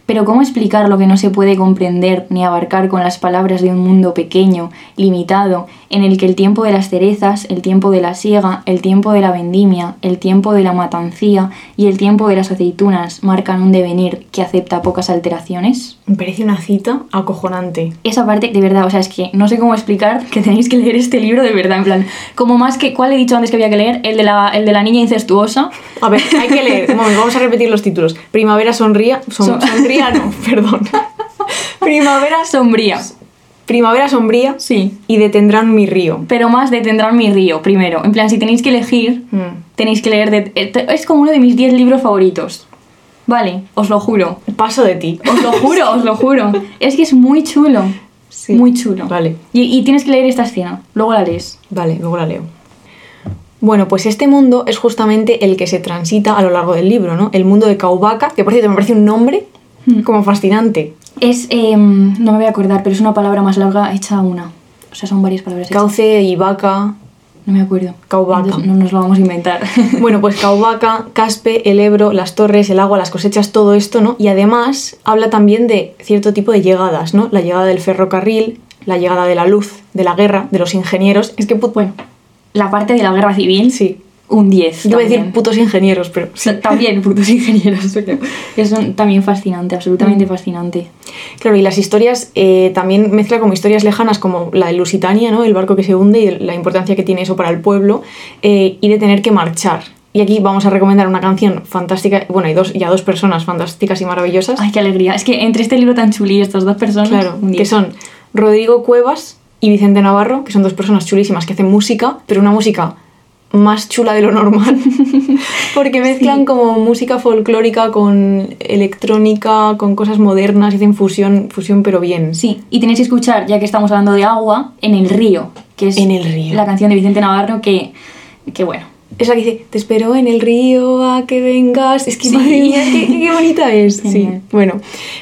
Speaker 3: Pero ¿cómo explicar lo que no se puede comprender ni abarcar con las palabras de un mundo pequeño, limitado, en el que el tiempo de las cerezas, el tiempo de la siega, el tiempo de la vendimia, el tiempo de la matancía y el tiempo de las aceitunas marcan un devenir que acepta pocas alteraciones?
Speaker 1: Me parece una cita acojonante.
Speaker 3: Esa parte, de verdad, o sea, es que no sé cómo explicar que tenéis que leer este libro de verdad, en plan, como más que, ¿cuál he dicho antes que había que leer? El de la, el de la niña incestuosa.
Speaker 1: A ver, hay que leer. Un momento, vamos a repetir los títulos. Primavera sonría. son-
Speaker 3: Son-
Speaker 1: Sonría no, perdón. Primavera,
Speaker 3: Sombría.
Speaker 1: primavera sombría
Speaker 3: Sí.
Speaker 1: y detendrán mi río.
Speaker 3: Pero más detendrán mi río, primero. En plan, si tenéis que elegir,
Speaker 1: Mm.
Speaker 3: tenéis que leer... de- eh, te- es como uno de mis 10 libros favoritos. Vale, os lo juro.
Speaker 1: Paso de ti.
Speaker 3: Os lo juro, os lo juro. Es que es muy chulo.
Speaker 1: Sí.
Speaker 3: Muy chulo.
Speaker 1: Vale.
Speaker 3: Y, y tienes que leer esta escena. Luego la lees.
Speaker 1: Vale, luego la leo. Bueno, pues este mundo es justamente el que se transita a lo largo del libro, ¿no? El mundo de Caubaca, que por cierto me parece un nombre como fascinante.
Speaker 3: Es... em, no me voy a acordar, pero es una palabra más larga hecha a una. O sea, son varias palabras hechas.
Speaker 1: Cauce y vaca.
Speaker 3: No me acuerdo.
Speaker 1: Caubaca.
Speaker 3: Entonces, No nos lo vamos a inventar.
Speaker 1: Bueno, pues Caubaca, Caspe, el Ebro, las torres, el agua, las cosechas, todo esto, ¿no? Y además habla también de cierto tipo de llegadas, ¿no? La llegada del ferrocarril, la llegada de la luz, de la guerra, de los ingenieros. Es que, put- bueno,
Speaker 3: la parte de la guerra civil,
Speaker 1: Sí.
Speaker 3: Un 10.
Speaker 1: yo iba a decir
Speaker 3: también.
Speaker 1: putos ingenieros, pero sí.
Speaker 3: También, putos ingenieros, pero es un- también fascinante,
Speaker 1: Mm.
Speaker 3: absolutamente fascinante.
Speaker 1: Claro, y las historias eh, también mezcla como historias lejanas como la de Lusitania, ¿no? El barco que se hunde y la importancia que tiene eso para el pueblo eh, y de tener que marchar. Y aquí vamos a recomendar una canción fantástica, bueno, y, dos, y a dos personas fantásticas y maravillosas,
Speaker 3: Ay, qué alegría. Es que entre este libro tan chuli y estas dos personas,
Speaker 1: claro,
Speaker 3: un 10.
Speaker 1: que son Rodrigo Cuevas y Vicente Navarro, que son dos personas chulísimas que hacen música, pero una música más chula de lo normal, porque mezclan como música folclórica con electrónica, con cosas modernas, y hacen fusión, fusión pero bien.
Speaker 3: Sí, y tenéis que escuchar, ya que estamos hablando de agua, En el río, que es
Speaker 1: En el río.
Speaker 3: la canción de Vicente Navarro que, que bueno,
Speaker 1: Es la que dice, te espero en el río a que vengas. Es que
Speaker 3: Sí.
Speaker 1: madre mía, qué, qué- qué bonita es.
Speaker 3: Genial.
Speaker 1: Sí. Bueno,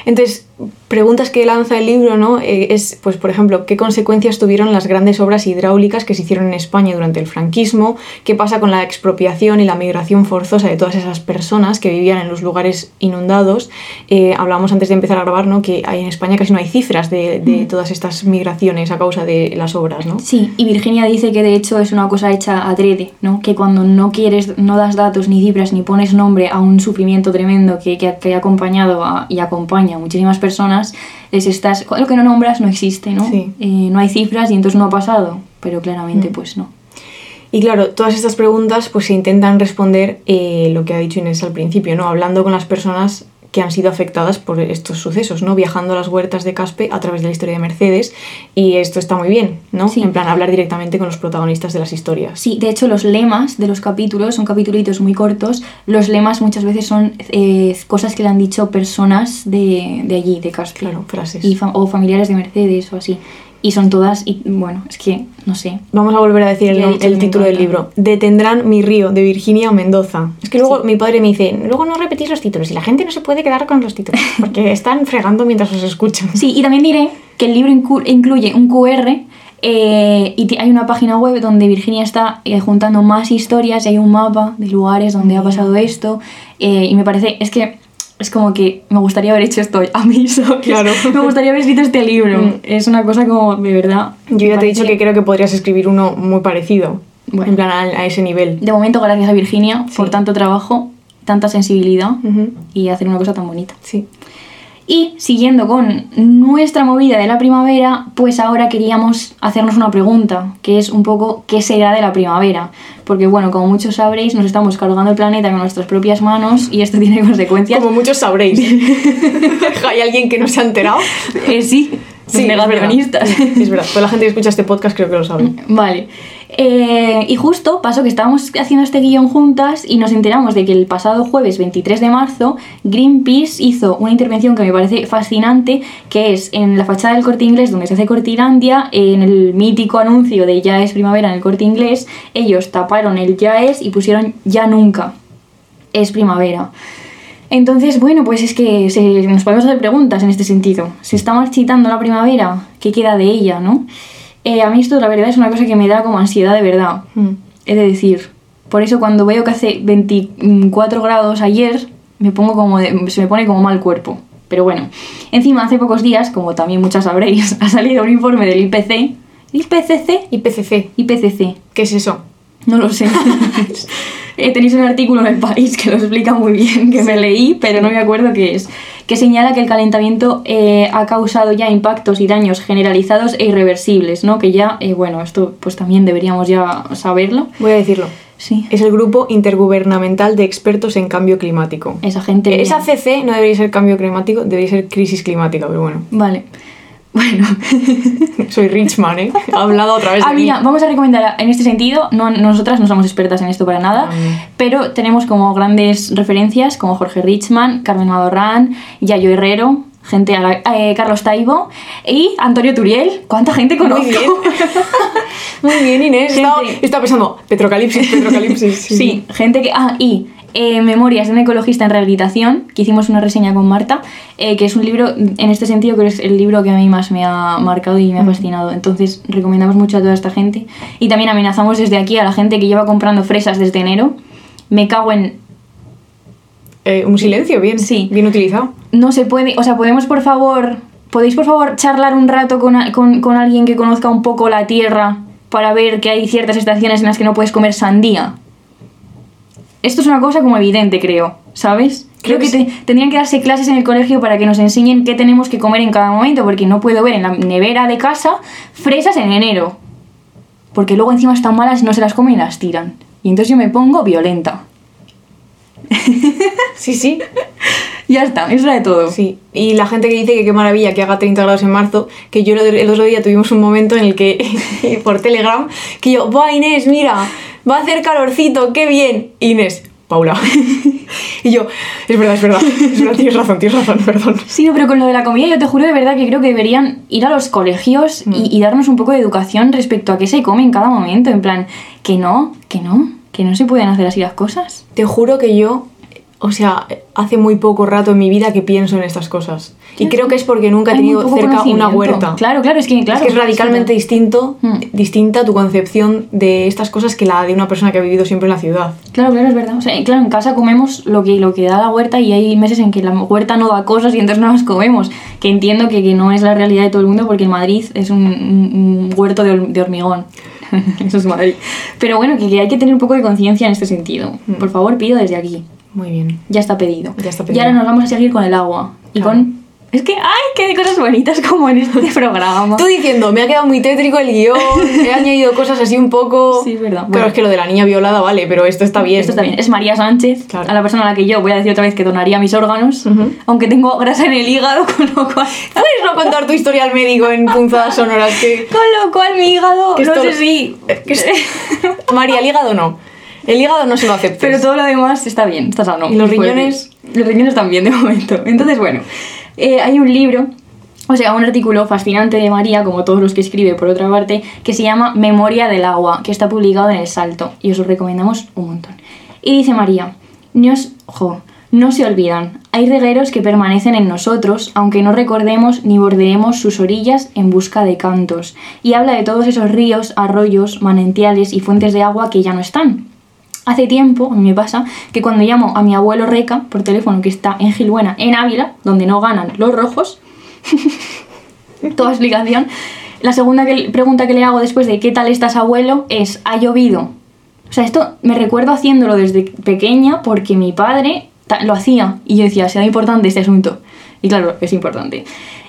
Speaker 1: entonces, preguntas que lanza el libro, ¿no? Eh, es, pues, por ejemplo, ¿qué consecuencias tuvieron las grandes obras hidráulicas que se hicieron en España durante el franquismo? ¿Qué pasa con la expropiación y la migración forzosa de todas esas personas que vivían en los lugares inundados? Eh, hablábamos antes de empezar a grabar, ¿no? Que hay- en España casi no hay cifras de,
Speaker 3: Mm.
Speaker 1: de todas estas migraciones a causa de las obras, ¿no?
Speaker 3: Sí, y Virginia dice que de hecho es una cosa hecha adrede, ¿no? Que cuando no quieres, no das datos ni cifras ni pones nombre a un sufrimiento tremendo que, que, que ha acompañado a- y acompaña a muchísimas personas, les estás. Lo que no nombras no existe, ¿no?
Speaker 1: Sí.
Speaker 3: Eh, no hay cifras y entonces no ha pasado, pero claramente
Speaker 1: Mm.
Speaker 3: pues no.
Speaker 1: Y claro, todas estas preguntas pues se intentan responder eh, lo que ha dicho Inés al principio, ¿no? Hablando con las personas que han sido afectadas por estos sucesos, ¿no? Viajando a las huertas de Caspe a través de la historia de Mercedes y esto está muy bien, ¿no?
Speaker 3: Sí.
Speaker 1: En plan, hablar directamente con los protagonistas de las historias.
Speaker 3: Sí, de hecho los lemas de los capítulos son capítulos muy cortos. Los lemas muchas veces son eh, cosas que le han dicho personas de, de allí, de Caspi.
Speaker 1: Claro, frases.
Speaker 3: y fam- o familiares de Mercedes o así. Y son todas, y bueno, es que no sé.
Speaker 1: Vamos a volver a decir el,
Speaker 3: Ya he
Speaker 1: nom-
Speaker 3: dicho
Speaker 1: el
Speaker 3: que me
Speaker 1: título del
Speaker 3: encanta.
Speaker 1: libro. Detendrán mi río, de Virginia Mendoza. Es que luego mi padre me dice, luego no repetís los títulos y la gente no se puede quedar con los títulos porque están fregando mientras os escuchan.
Speaker 3: Sí, y también diré que el libro incu- incluye un QR eh, y ti- hay una página web donde Virginia está eh, juntando más historias y hay un mapa de lugares donde ha
Speaker 1: Mm.
Speaker 3: pasado esto. eh, y me parece, es que es como que me gustaría haber hecho esto a mí, ¿sabes?
Speaker 1: Claro.
Speaker 3: Me gustaría haber escrito este libro.
Speaker 1: Mm.
Speaker 3: Es una cosa como, de verdad.
Speaker 1: Yo ya
Speaker 3: me
Speaker 1: te he dicho
Speaker 3: parece-
Speaker 1: que creo que podrías escribir uno muy parecido.
Speaker 3: Bueno.
Speaker 1: En plan, a, a ese nivel.
Speaker 3: De momento, gracias a Virginia por
Speaker 1: Sí. Mm.
Speaker 3: tanto trabajo, tanta sensibilidad
Speaker 1: Ujú,
Speaker 3: y hacer una cosa tan bonita.
Speaker 1: Sí.
Speaker 3: Y siguiendo con nuestra movida de la primavera, pues ahora queríamos hacernos una pregunta, que es un poco qué será de la primavera. Porque bueno, como muchos sabréis, nos estamos cargando el planeta con nuestras propias manos y esto tiene consecuencias.
Speaker 1: Como muchos sabréis. Hay alguien que no se ha enterado.
Speaker 3: Eh, sí,
Speaker 1: es verdad.
Speaker 3: negacionistas.
Speaker 1: Sí, es verdad. Toda la gente que escucha este podcast creo que lo sabe.
Speaker 3: Vale. Eh, y justo pasó que estábamos haciendo este guión juntas y nos enteramos de que el pasado jueves 23 de marzo Greenpeace hizo una intervención que me parece fascinante, que es en la fachada del corte inglés donde se hace Cortilandia, en el mítico anuncio de Ya es primavera en el corte inglés, ellos taparon el Ya es y pusieron Ya nunca es primavera. Entonces, bueno, pues es que se- nos podemos hacer preguntas en este sentido. ¿Se está marchitando la primavera? ¿Qué queda de ella, no? Eh, a mí esto, la verdad, es una cosa que me da como ansiedad de verdad.
Speaker 1: Mm.
Speaker 3: Es de decir, por eso cuando veo que hace 24 grados ayer, me pongo como de- se me pone como mal cuerpo. Pero bueno, encima hace pocos días, como también muchas sabréis, ha salido un informe del IPC. ¿IPCC?
Speaker 1: IPCC.
Speaker 3: IPCC.
Speaker 1: ¿Qué es eso?
Speaker 3: No lo sé. Eh, Tenéis un artículo en el país que lo explica muy bien, que me leí, pero no me acuerdo qué es. Que señala que el calentamiento eh, ha causado ya impactos y daños generalizados e irreversibles, ¿no? Que ya, eh, bueno, esto pues también deberíamos ya saberlo.
Speaker 1: Voy a decirlo.
Speaker 3: Sí.
Speaker 1: Es el Grupo Intergubernamental de Expertos en Cambio Climático.
Speaker 3: Esa gente.
Speaker 1: Esa
Speaker 3: bien.
Speaker 1: CC no debería ser cambio climático, debería ser crisis climática, pero bueno.
Speaker 3: Vale. Bueno.
Speaker 1: Soy Richman, ¿eh? Ha hablado otra vez
Speaker 3: Ah,
Speaker 1: de mí.
Speaker 3: mira, vamos a recomendar en este sentido, no, nosotras no somos expertas en esto para nada,
Speaker 1: Mm.
Speaker 3: pero tenemos como grandes referencias como Jorge Richman, Carmen Madorrán, Yayo Herrero, gente a la- eh, Carlos Taibo y Antonio Turiel. ¿Cuánta gente
Speaker 1: Muy
Speaker 3: conozco?
Speaker 1: bien. Muy bien, Inés. Está,
Speaker 3: Gente.
Speaker 1: está pensando, petrocalipsis, petrocalipsis.
Speaker 3: Sí, gente que... Ah, y eh, Memorias de un ecologista en rehabilitación, que hicimos una reseña con Marta, eh, que es un libro, en este sentido, que es el libro que a mí más me ha marcado y me ha fascinado. Entonces, recomendamos mucho a toda esta gente. Y también amenazamos desde aquí a la gente que lleva comprando fresas desde enero. Me cago en...
Speaker 1: Eh, un silencio bien,
Speaker 3: Sí.
Speaker 1: bien utilizado.
Speaker 3: No se puede... O sea, podemos, por favor... ¿Podéis, por favor, charlar un rato con, a- con- con alguien que conozca un poco la tierra para ver que hay ciertas estaciones en las que no puedes comer sandía? Esto es una cosa como evidente, creo, ¿sabes? Creo
Speaker 1: Creo
Speaker 3: que
Speaker 1: que
Speaker 3: te- tendrían que darse clases en el colegio para que nos enseñen qué tenemos que comer en cada momento, porque no puedo ver en la nevera de casa fresas en enero. Porque luego encima están malas y no se las comen y las tiran. Y entonces yo me pongo violenta.
Speaker 1: Sí, sí.
Speaker 3: Ya está, eso era de todo.
Speaker 1: Sí. Y la gente que dice que qué maravilla que haga 30 grados en marzo, que yo el otro día tuvimos un momento en el que, por Telegram, que yo, ¡buah, Inés, mira! Va a hacer calorcito, qué bien. Inés, Paula. y yo, es verdad, es verdad, es verdad, tienes razón, tienes razón, perdón.
Speaker 3: Sí, no, pero con lo de la comida yo te juro de verdad que creo que deberían ir a los colegios
Speaker 1: Mm.
Speaker 3: y, y darnos un poco de educación respecto a qué se come en cada momento. En plan, que no, que no, que no se pueden hacer así las cosas.
Speaker 1: Te juro que yo, o sea, hace muy poco rato en mi vida que pienso en estas cosas. Y creo que es porque nunca he
Speaker 3: Hay muy
Speaker 1: tenido
Speaker 3: poco
Speaker 1: cerca una
Speaker 3: conocimiento.
Speaker 1: huerta.
Speaker 3: Claro, claro, es que, claro,
Speaker 1: es que es radicalmente distinto,
Speaker 3: Mm.
Speaker 1: distinta tu concepción de estas cosas que la de una persona que ha vivido siempre en la ciudad.
Speaker 3: Claro, claro, es verdad. O sea, eh, claro, en casa comemos lo que, lo que da la huerta y hay meses en que la huerta no da cosas y entonces no las comemos. Que entiendo que, que no es la realidad de todo el mundo porque en Madrid es un, un- un huerto de, hor- de hormigón. Eso es Madrid. Pero bueno, que, que hay que tener un poco de conciencia en este sentido. Por favor, pido desde aquí.
Speaker 1: Muy bien.
Speaker 3: Ya está pedido.
Speaker 1: Mm. Ya está
Speaker 3: Y
Speaker 1: pedido.
Speaker 3: ahora nos vamos a seguir con el agua. Y
Speaker 1: Claro.
Speaker 3: con... Es que, ¡ay! Que hay cosas bonitas como en este programa.
Speaker 1: Tú diciendo, me ha quedado muy tétrico el guión, he añadido cosas así un poco.
Speaker 3: Sí, es verdad.
Speaker 1: Claro,
Speaker 3: Bueno.
Speaker 1: es que lo de la niña violada vale, pero esto está bien.
Speaker 3: Esto está bien. Es María Sánchez,
Speaker 1: Claro.
Speaker 3: a la persona a la que yo voy a decir otra vez que donaría mis órganos,
Speaker 1: Ujú.
Speaker 3: aunque tengo grasa en el hígado, con lo cual. pues
Speaker 1: ¿Puedes no contar tu historia al médico en punzadas sonoras que.
Speaker 3: Con lo cual mi hígado,
Speaker 1: Que
Speaker 3: no
Speaker 1: esto- eh,
Speaker 3: sé si.
Speaker 1: que esto- María, el hígado no. El hígado no se lo aceptes.
Speaker 3: Pero todo lo demás está bien, está sano.
Speaker 1: ¿Y los
Speaker 3: Pues,
Speaker 1: riñones?
Speaker 3: los riñones también, de momento. Entonces, bueno, eh, hay un libro, o sea, un artículo fascinante de María, como todos los que escribe, por otra parte, que se llama Memoria del agua, que está publicado en El Salto, y os lo recomendamos un montón. Y dice María, no os- jo, no se olvidan, hay regueros que permanecen en nosotros, aunque no recordemos ni bordeemos sus orillas en busca de cantos, y habla de todos esos ríos, arroyos, manantiales y fuentes de agua que ya no están. Hace tiempo, a mí me pasa, que cuando llamo a mi abuelo Reca por teléfono, que está en Gilbuena, en Ávila, donde no ganan los rojos, toda explicación, la segunda que- pregunta que le hago después de ¿qué tal estás abuelo? es ¿ha llovido? O sea, esto me recuerdo haciéndolo desde pequeña porque mi padre ta- lo hacía y yo decía, será importante este asunto. Y claro, es importante.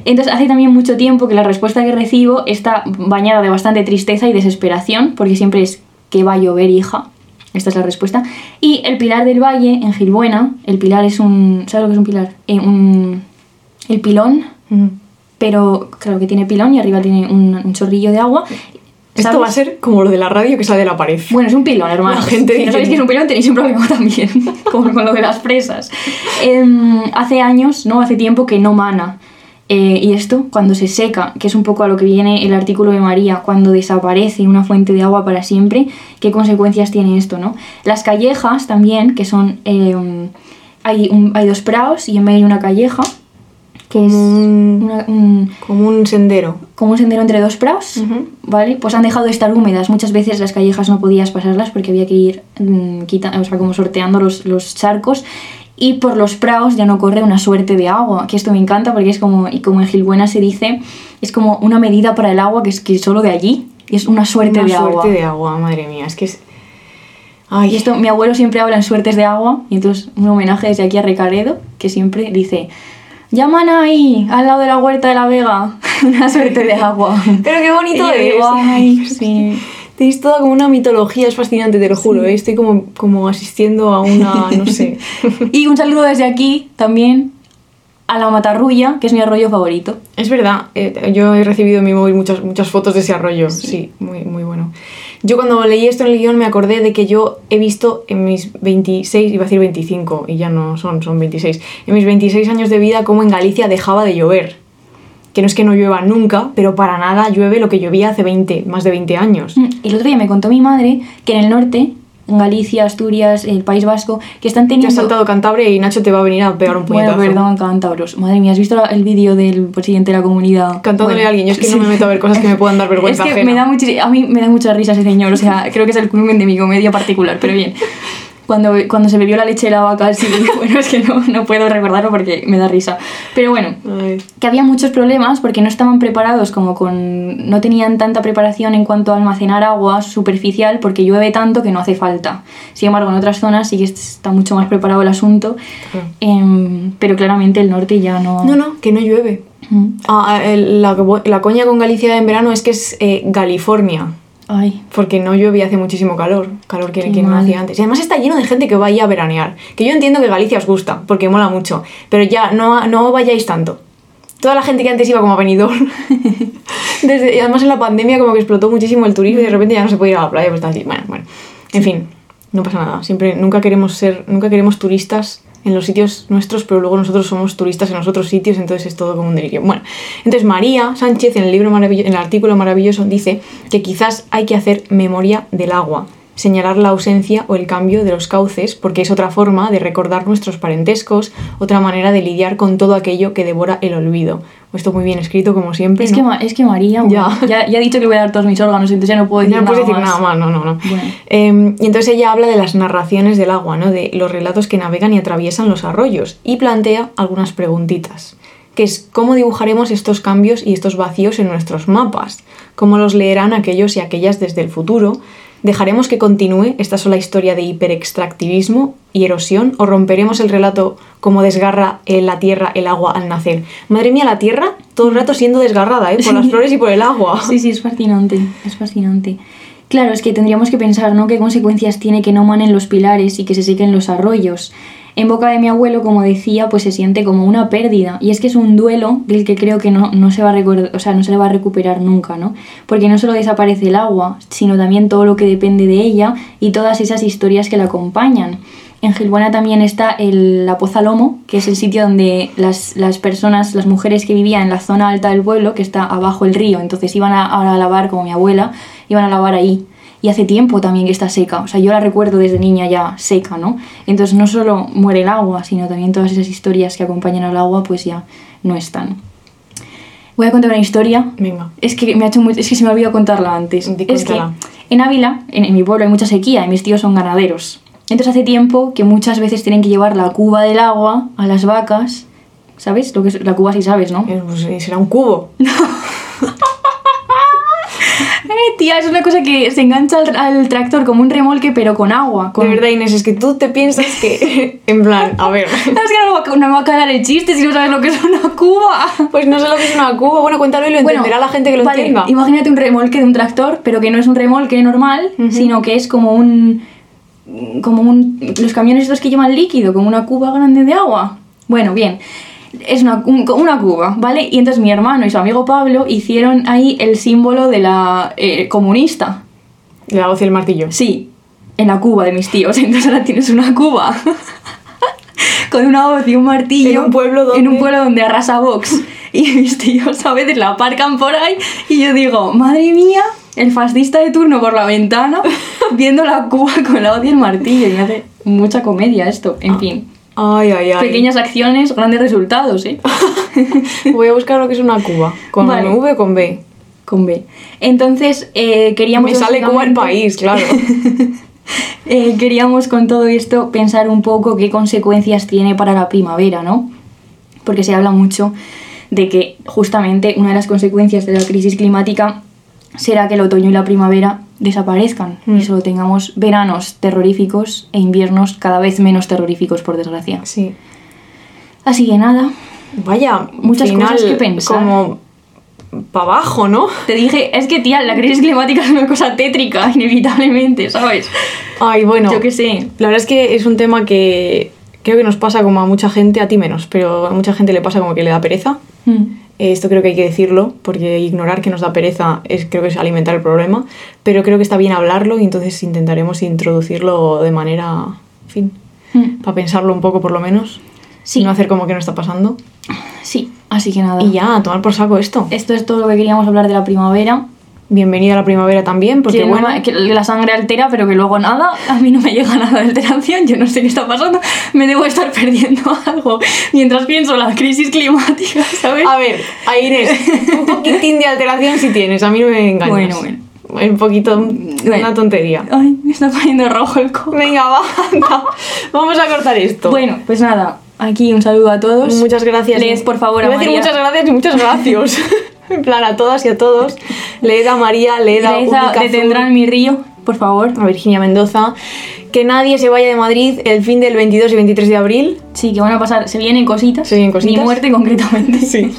Speaker 3: Entonces, hace también mucho tiempo que la respuesta que recibo está bañada de bastante tristeza y desesperación, porque siempre es que va a llover, hija. Esta es la respuesta. Y el Pilar del Valle, en Gilbuena, el Pilar es un... ¿Sabes lo que es un pilar? Eh, un, el pilón
Speaker 1: Mm.
Speaker 3: pero claro que tiene pilón y arriba tiene un, un chorrillo de agua.
Speaker 1: Esto
Speaker 3: ¿sabes?
Speaker 1: va a ser como lo de la radio que sale de la pared.
Speaker 3: Bueno, es un pilón, hermano.
Speaker 1: La gente
Speaker 3: si no
Speaker 1: dice-
Speaker 3: sabéis que es un pilón, tenéis un problema también, como con lo de las presas. Em, hace años, no, hace tiempo que no mana. Eh, y esto, cuando se seca, que es un poco a lo que viene el artículo de María, cuando desaparece una fuente de agua para siempre, ¿qué consecuencias tiene esto, no? Las callejas también, que son... em, hay, un- hay dos praos y en medio hay una calleja, que es
Speaker 1: Como un-
Speaker 3: una- un-
Speaker 1: Como un sendero.
Speaker 3: como un sendero entre dos praos,
Speaker 1: Ujú.
Speaker 3: ¿vale? Pues han dejado de estar húmedas. Muchas veces las callejas no podías pasarlas porque había que ir mm, quita- o sea, como sorteando los, los charcos. Y por los praos ya no corre una suerte de agua, que esto me encanta porque es como, y como en Gilbuena se dice, es como una medida para el agua que es que solo de allí, y es una suerte,
Speaker 1: Una
Speaker 3: de,
Speaker 1: suerte
Speaker 3: agua.
Speaker 1: de agua, madre mía. Es que es. Ay,
Speaker 3: Y esto, mi abuelo siempre habla en suertes de agua, y entonces un homenaje desde aquí a Recaredo, que siempre dice, llaman ahí, al lado de la huerta de la Vega, una suerte de agua.
Speaker 1: Pero qué bonito
Speaker 3: Y yo
Speaker 1: es.
Speaker 3: digo, "Ay, sí".
Speaker 1: Tenéis toda como una mitología, es fascinante, te lo juro. ¿eh? Estoy como, como asistiendo a una, no sé.
Speaker 3: Y un saludo desde aquí también a la Matarrulla, que es mi arroyo favorito.
Speaker 1: Es verdad, eh, yo he recibido en mi móvil muchas, muchas fotos de ese arroyo. Sí, muy, muy bueno. Yo cuando leí esto en el guión me acordé de que yo he visto en mis 26, iba a decir 25, y ya no son, son 26. En mis 26 años de vida, como en Galicia dejaba de llover. Que no es que no llueva nunca, pero para nada llueve lo que llovía hace 20, más de 20 años.
Speaker 3: Mm, El otro día me contó mi madre que en el norte, en Galicia, Asturias, el País Vasco, que están
Speaker 1: Te has
Speaker 3: teniendo...
Speaker 1: saltado Cantabria y Nacho te va a venir a pegar un
Speaker 3: bueno,
Speaker 1: puñetazo.
Speaker 3: perdón, cántabros. Madre mía, ¿has visto la- el vídeo del presidente de la comunidad?
Speaker 1: Cantándole
Speaker 3: Bueno,
Speaker 1: a alguien. Yo es que no
Speaker 3: sí.
Speaker 1: me meto a ver cosas que me puedan dar vergüenza
Speaker 3: Es que
Speaker 1: ajena.
Speaker 3: me da muchis- a mí me da mucha risa ese señor, o sea, creo que es el culmen de mi comedia particular, pero bien. Cuando, cuando se bebió la leche de la vaca, sí, bueno, es que no, no puedo recordarlo porque me da risa. Pero bueno,
Speaker 1: Ay.
Speaker 3: que había muchos problemas porque no estaban preparados como con no tenían tanta preparación en cuanto a almacenar agua superficial porque llueve tanto que no hace falta sin embargo en otras zonas sí que está mucho más preparado el asunto
Speaker 1: Claro.
Speaker 3: em, pero claramente el norte ya no
Speaker 1: No, no, que no llueve.
Speaker 3: Mm.
Speaker 1: Ah, ah, el- la, la coña con Galicia en verano es que es eh, California.
Speaker 3: ay
Speaker 1: Porque no llueve y hace muchísimo calor. Calor que,
Speaker 3: Qué
Speaker 1: que no
Speaker 3: mal.
Speaker 1: hacía antes. Y además está lleno de gente que va ahí a veranear. Que yo entiendo que Galicia os gusta, porque mola mucho. Pero ya, no, no vayáis tanto. Toda la gente que antes iba como a Benidorm. Desde, y además en la pandemia como que explotó muchísimo el turismo y de
Speaker 3: Mm.
Speaker 1: repente ya no se puede ir a la playa. Pues está así. Bueno, bueno. En fin, no pasa nada. Siempre, nunca queremos ser, nunca queremos turistas en los sitios nuestros, pero luego nosotros somos turistas en los otros sitios, entonces es todo como un delirio. Bueno, entonces María Sánchez en el libro maravilloso, en el artículo maravilloso dice que quizás hay que hacer memoria del agua, señalar la ausencia o el cambio de los cauces, porque es otra forma de recordar nuestros parentescos, otra manera de lidiar con todo aquello que devora el olvido. Esto muy bien escrito como siempre.
Speaker 3: es
Speaker 1: ¿no?
Speaker 3: que Ma- es que María
Speaker 1: Ya.
Speaker 3: bueno, ya ya he dicho que voy a dar todos mis órganos entonces ya no puedo decir,
Speaker 1: no puedes
Speaker 3: nada,
Speaker 1: decir
Speaker 3: más.
Speaker 1: nada más, no, no, no.
Speaker 3: Bueno.
Speaker 1: Eh, y entonces ella habla de las narraciones del agua, ¿no? De los relatos que navegan y atraviesan los arroyos y plantea algunas preguntitas, que es cómo dibujaremos estos cambios y estos vacíos en nuestros mapas, cómo los leerán aquellos y aquellas desde el futuro, dejaremos que continúe esta sola historia de hiperextractivismo y erosión o romperemos el relato como desgarra eh, la tierra el agua al nacer. Madre mía, la tierra todo el rato siendo desgarrada, ¿eh? Por las flores y por el agua.
Speaker 3: Sí, sí, es fascinante, es fascinante. Claro, es que tendríamos que pensar, ¿no? ¿Qué consecuencias tiene que no manen los pilares y que se sequen los arroyos? En boca de mi abuelo, como decía, pues se siente como una pérdida. Y es que es un duelo del que creo que no, no se va a recordar, o sea, no se le va a recuperar nunca, ¿no? Porque no solo desaparece el agua, sino también todo lo que depende de ella y todas esas historias que la acompañan. En Gilbona también está el, la Poza Lomo, que es el sitio donde las, las personas, las mujeres que vivían en la zona alta del pueblo, que está abajo el río, entonces iban a, a lavar, como mi abuela, iban a lavar ahí. Y hace tiempo también que está seca, o sea, yo la recuerdo desde niña ya seca, ¿no? Entonces no solo muere el agua, sino también todas esas historias que acompañan al agua, pues ya no están. Voy a contar una historia
Speaker 1: Venga.
Speaker 3: es que me ha hecho muy- es que se me olvidó contarla antes.
Speaker 1: Di,
Speaker 3: es que
Speaker 1: cuéntala.
Speaker 3: en Ávila, en, en mi pueblo, hay mucha sequía y mis tíos son ganaderos. Entonces hace tiempo que muchas veces tienen que llevar la cuba del agua a las vacas. ¿Sabes? Lo que es la cuba sí sabes, ¿no?
Speaker 1: Eh, pues, eh, será un cubo.
Speaker 3: Eh, tía, es una cosa que se engancha al, al tractor como un remolque, pero con agua. Con...
Speaker 1: De verdad, Inés, es que tú te piensas que. en plan, a ver.
Speaker 3: Sabes que no, me va- no me va a cagar el chiste si no sabes lo que es una cuba.
Speaker 1: Pues no sé lo que es una cuba. Bueno, cuéntalo y lo
Speaker 3: Bueno,
Speaker 1: entenderá la gente que lo
Speaker 3: vale,
Speaker 1: entienda.
Speaker 3: Imagínate un remolque de un tractor, pero que no es un remolque normal, sino que es como un. como un. los camiones estos que llevan líquido, como una cuba grande de agua. Bueno, bien. es una, un- una cuba, ¿vale? Y entonces mi hermano y su amigo Pablo hicieron ahí el símbolo de la eh, comunista.
Speaker 1: La hoz y el martillo.
Speaker 3: Sí, en la cuba de mis tíos. Entonces ahora tienes una cuba. Con una hoz y un martillo.
Speaker 1: En un pueblo donde-
Speaker 3: En un pueblo donde arrasa Vox. Y mis tíos a veces la aparcan por ahí. Y yo digo, madre mía, el fascista de turno por la ventana. Viendo la cuba con la hoz y el martillo. Y me hace mucha comedia esto.
Speaker 1: Ah,
Speaker 3: En fin.
Speaker 1: Ay, ay, ay.
Speaker 3: Pequeñas acciones, grandes resultados, ¿eh?
Speaker 1: Voy a buscar lo que es una cuba. ¿Con
Speaker 3: Vale.
Speaker 1: V o con B?
Speaker 3: Con B. Entonces, eh, queríamos...
Speaker 1: Me sale Cuba el
Speaker 3: básicamente-
Speaker 1: país, claro.
Speaker 3: Eh, queríamos con todo esto pensar un poco qué consecuencias tiene para la primavera, ¿no? Porque se habla mucho de que justamente una de las consecuencias de la crisis climática será que el otoño y la primavera desaparezcan
Speaker 1: Mm.
Speaker 3: y solo tengamos veranos terroríficos e inviernos cada vez menos terroríficos, por desgracia.
Speaker 1: Sí.
Speaker 3: Así que nada,
Speaker 1: Vaya,
Speaker 3: Muchas
Speaker 1: final
Speaker 3: cosas que pensar.
Speaker 1: Como para abajo, ¿no?
Speaker 3: te dije, es que tía, la crisis climática es una cosa tétrica, inevitablemente, ¿sabes?
Speaker 1: Ay, bueno.
Speaker 3: Yo qué sé.
Speaker 1: La verdad es que es un tema que creo que nos pasa como a mucha gente, a ti menos, pero a mucha gente le pasa como que le da pereza.
Speaker 3: Mm.
Speaker 1: Eh, Esto creo que hay que decirlo, porque ignorar que nos da pereza es, creo que es alimentar el problema, pero creo que está bien hablarlo y entonces intentaremos introducirlo de manera, en fin,
Speaker 3: Mm.
Speaker 1: para pensarlo un poco por lo menos,
Speaker 3: Sí. Ah.
Speaker 1: no hacer como que no está pasando.
Speaker 3: Sí, así que nada.
Speaker 1: Y ya, a tomar por saco esto.
Speaker 3: Esto es todo lo que queríamos hablar de la primavera.
Speaker 1: Bienvenida a la primavera también, porque
Speaker 3: que, no
Speaker 1: bueno,
Speaker 3: me- que la sangre altera, pero que luego nada, a mí no me llega nada de alteración, yo no sé qué está pasando, me debo estar perdiendo algo mientras pienso las crisis climáticas, ¿sabes?
Speaker 1: A ver, a Inés, un poquitín de alteración si tienes, a mí no me engañas.
Speaker 3: Bueno, bueno.
Speaker 1: Un poquito, una tontería.
Speaker 3: Ay, me está poniendo rojo el coco.
Speaker 1: Venga, va, anda. Vamos a cortar esto.
Speaker 3: Bueno, pues nada, aquí un saludo a todos.
Speaker 1: muchas gracias.
Speaker 3: Pues, Lees, por favor, a
Speaker 1: Iba a decir
Speaker 3: María.
Speaker 1: muchas gracias y muchas gracias. en plan, a todas y a todos. Leed a María, leed a
Speaker 3: Lees
Speaker 1: Única
Speaker 3: a
Speaker 1: Azul,
Speaker 3: Detendrán mi río, por favor.
Speaker 1: a Virginia Mendoza. Que nadie se vaya de Madrid el fin del 22 y 23 de abril.
Speaker 3: Sí, que van a pasar, se vienen cositas.
Speaker 1: Se vienen cositas.
Speaker 3: Mi muerte concretamente.
Speaker 1: sí.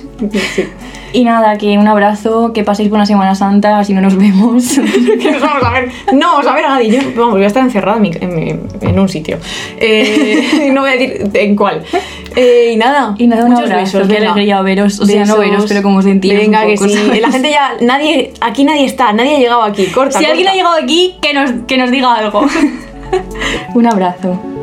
Speaker 3: Y nada, que un abrazo, que paséis por una Semana Santa, si no nos vemos.
Speaker 1: Que nos vamos a ver. No vamos a ver a nadie. Yo, vamos, voy a estar encerrada en, mi- en mi- en un sitio. Eh, no voy a decir en cuál. Eh, y nada.
Speaker 3: Y nada, un
Speaker 1: muchos
Speaker 3: abrazo,
Speaker 1: besos,
Speaker 3: qué
Speaker 1: venga.
Speaker 3: alegría veros, o sea, no
Speaker 1: Besos.
Speaker 3: veros, pero como sentiros
Speaker 1: Venga,
Speaker 3: un poco,
Speaker 1: que sí.
Speaker 3: ¿sabes?
Speaker 1: La gente ya. Nadie, aquí nadie está, nadie ha llegado aquí. Corta.
Speaker 3: Si alguien
Speaker 1: corta.
Speaker 3: ha llegado aquí, que nos, que nos diga algo. Un abrazo.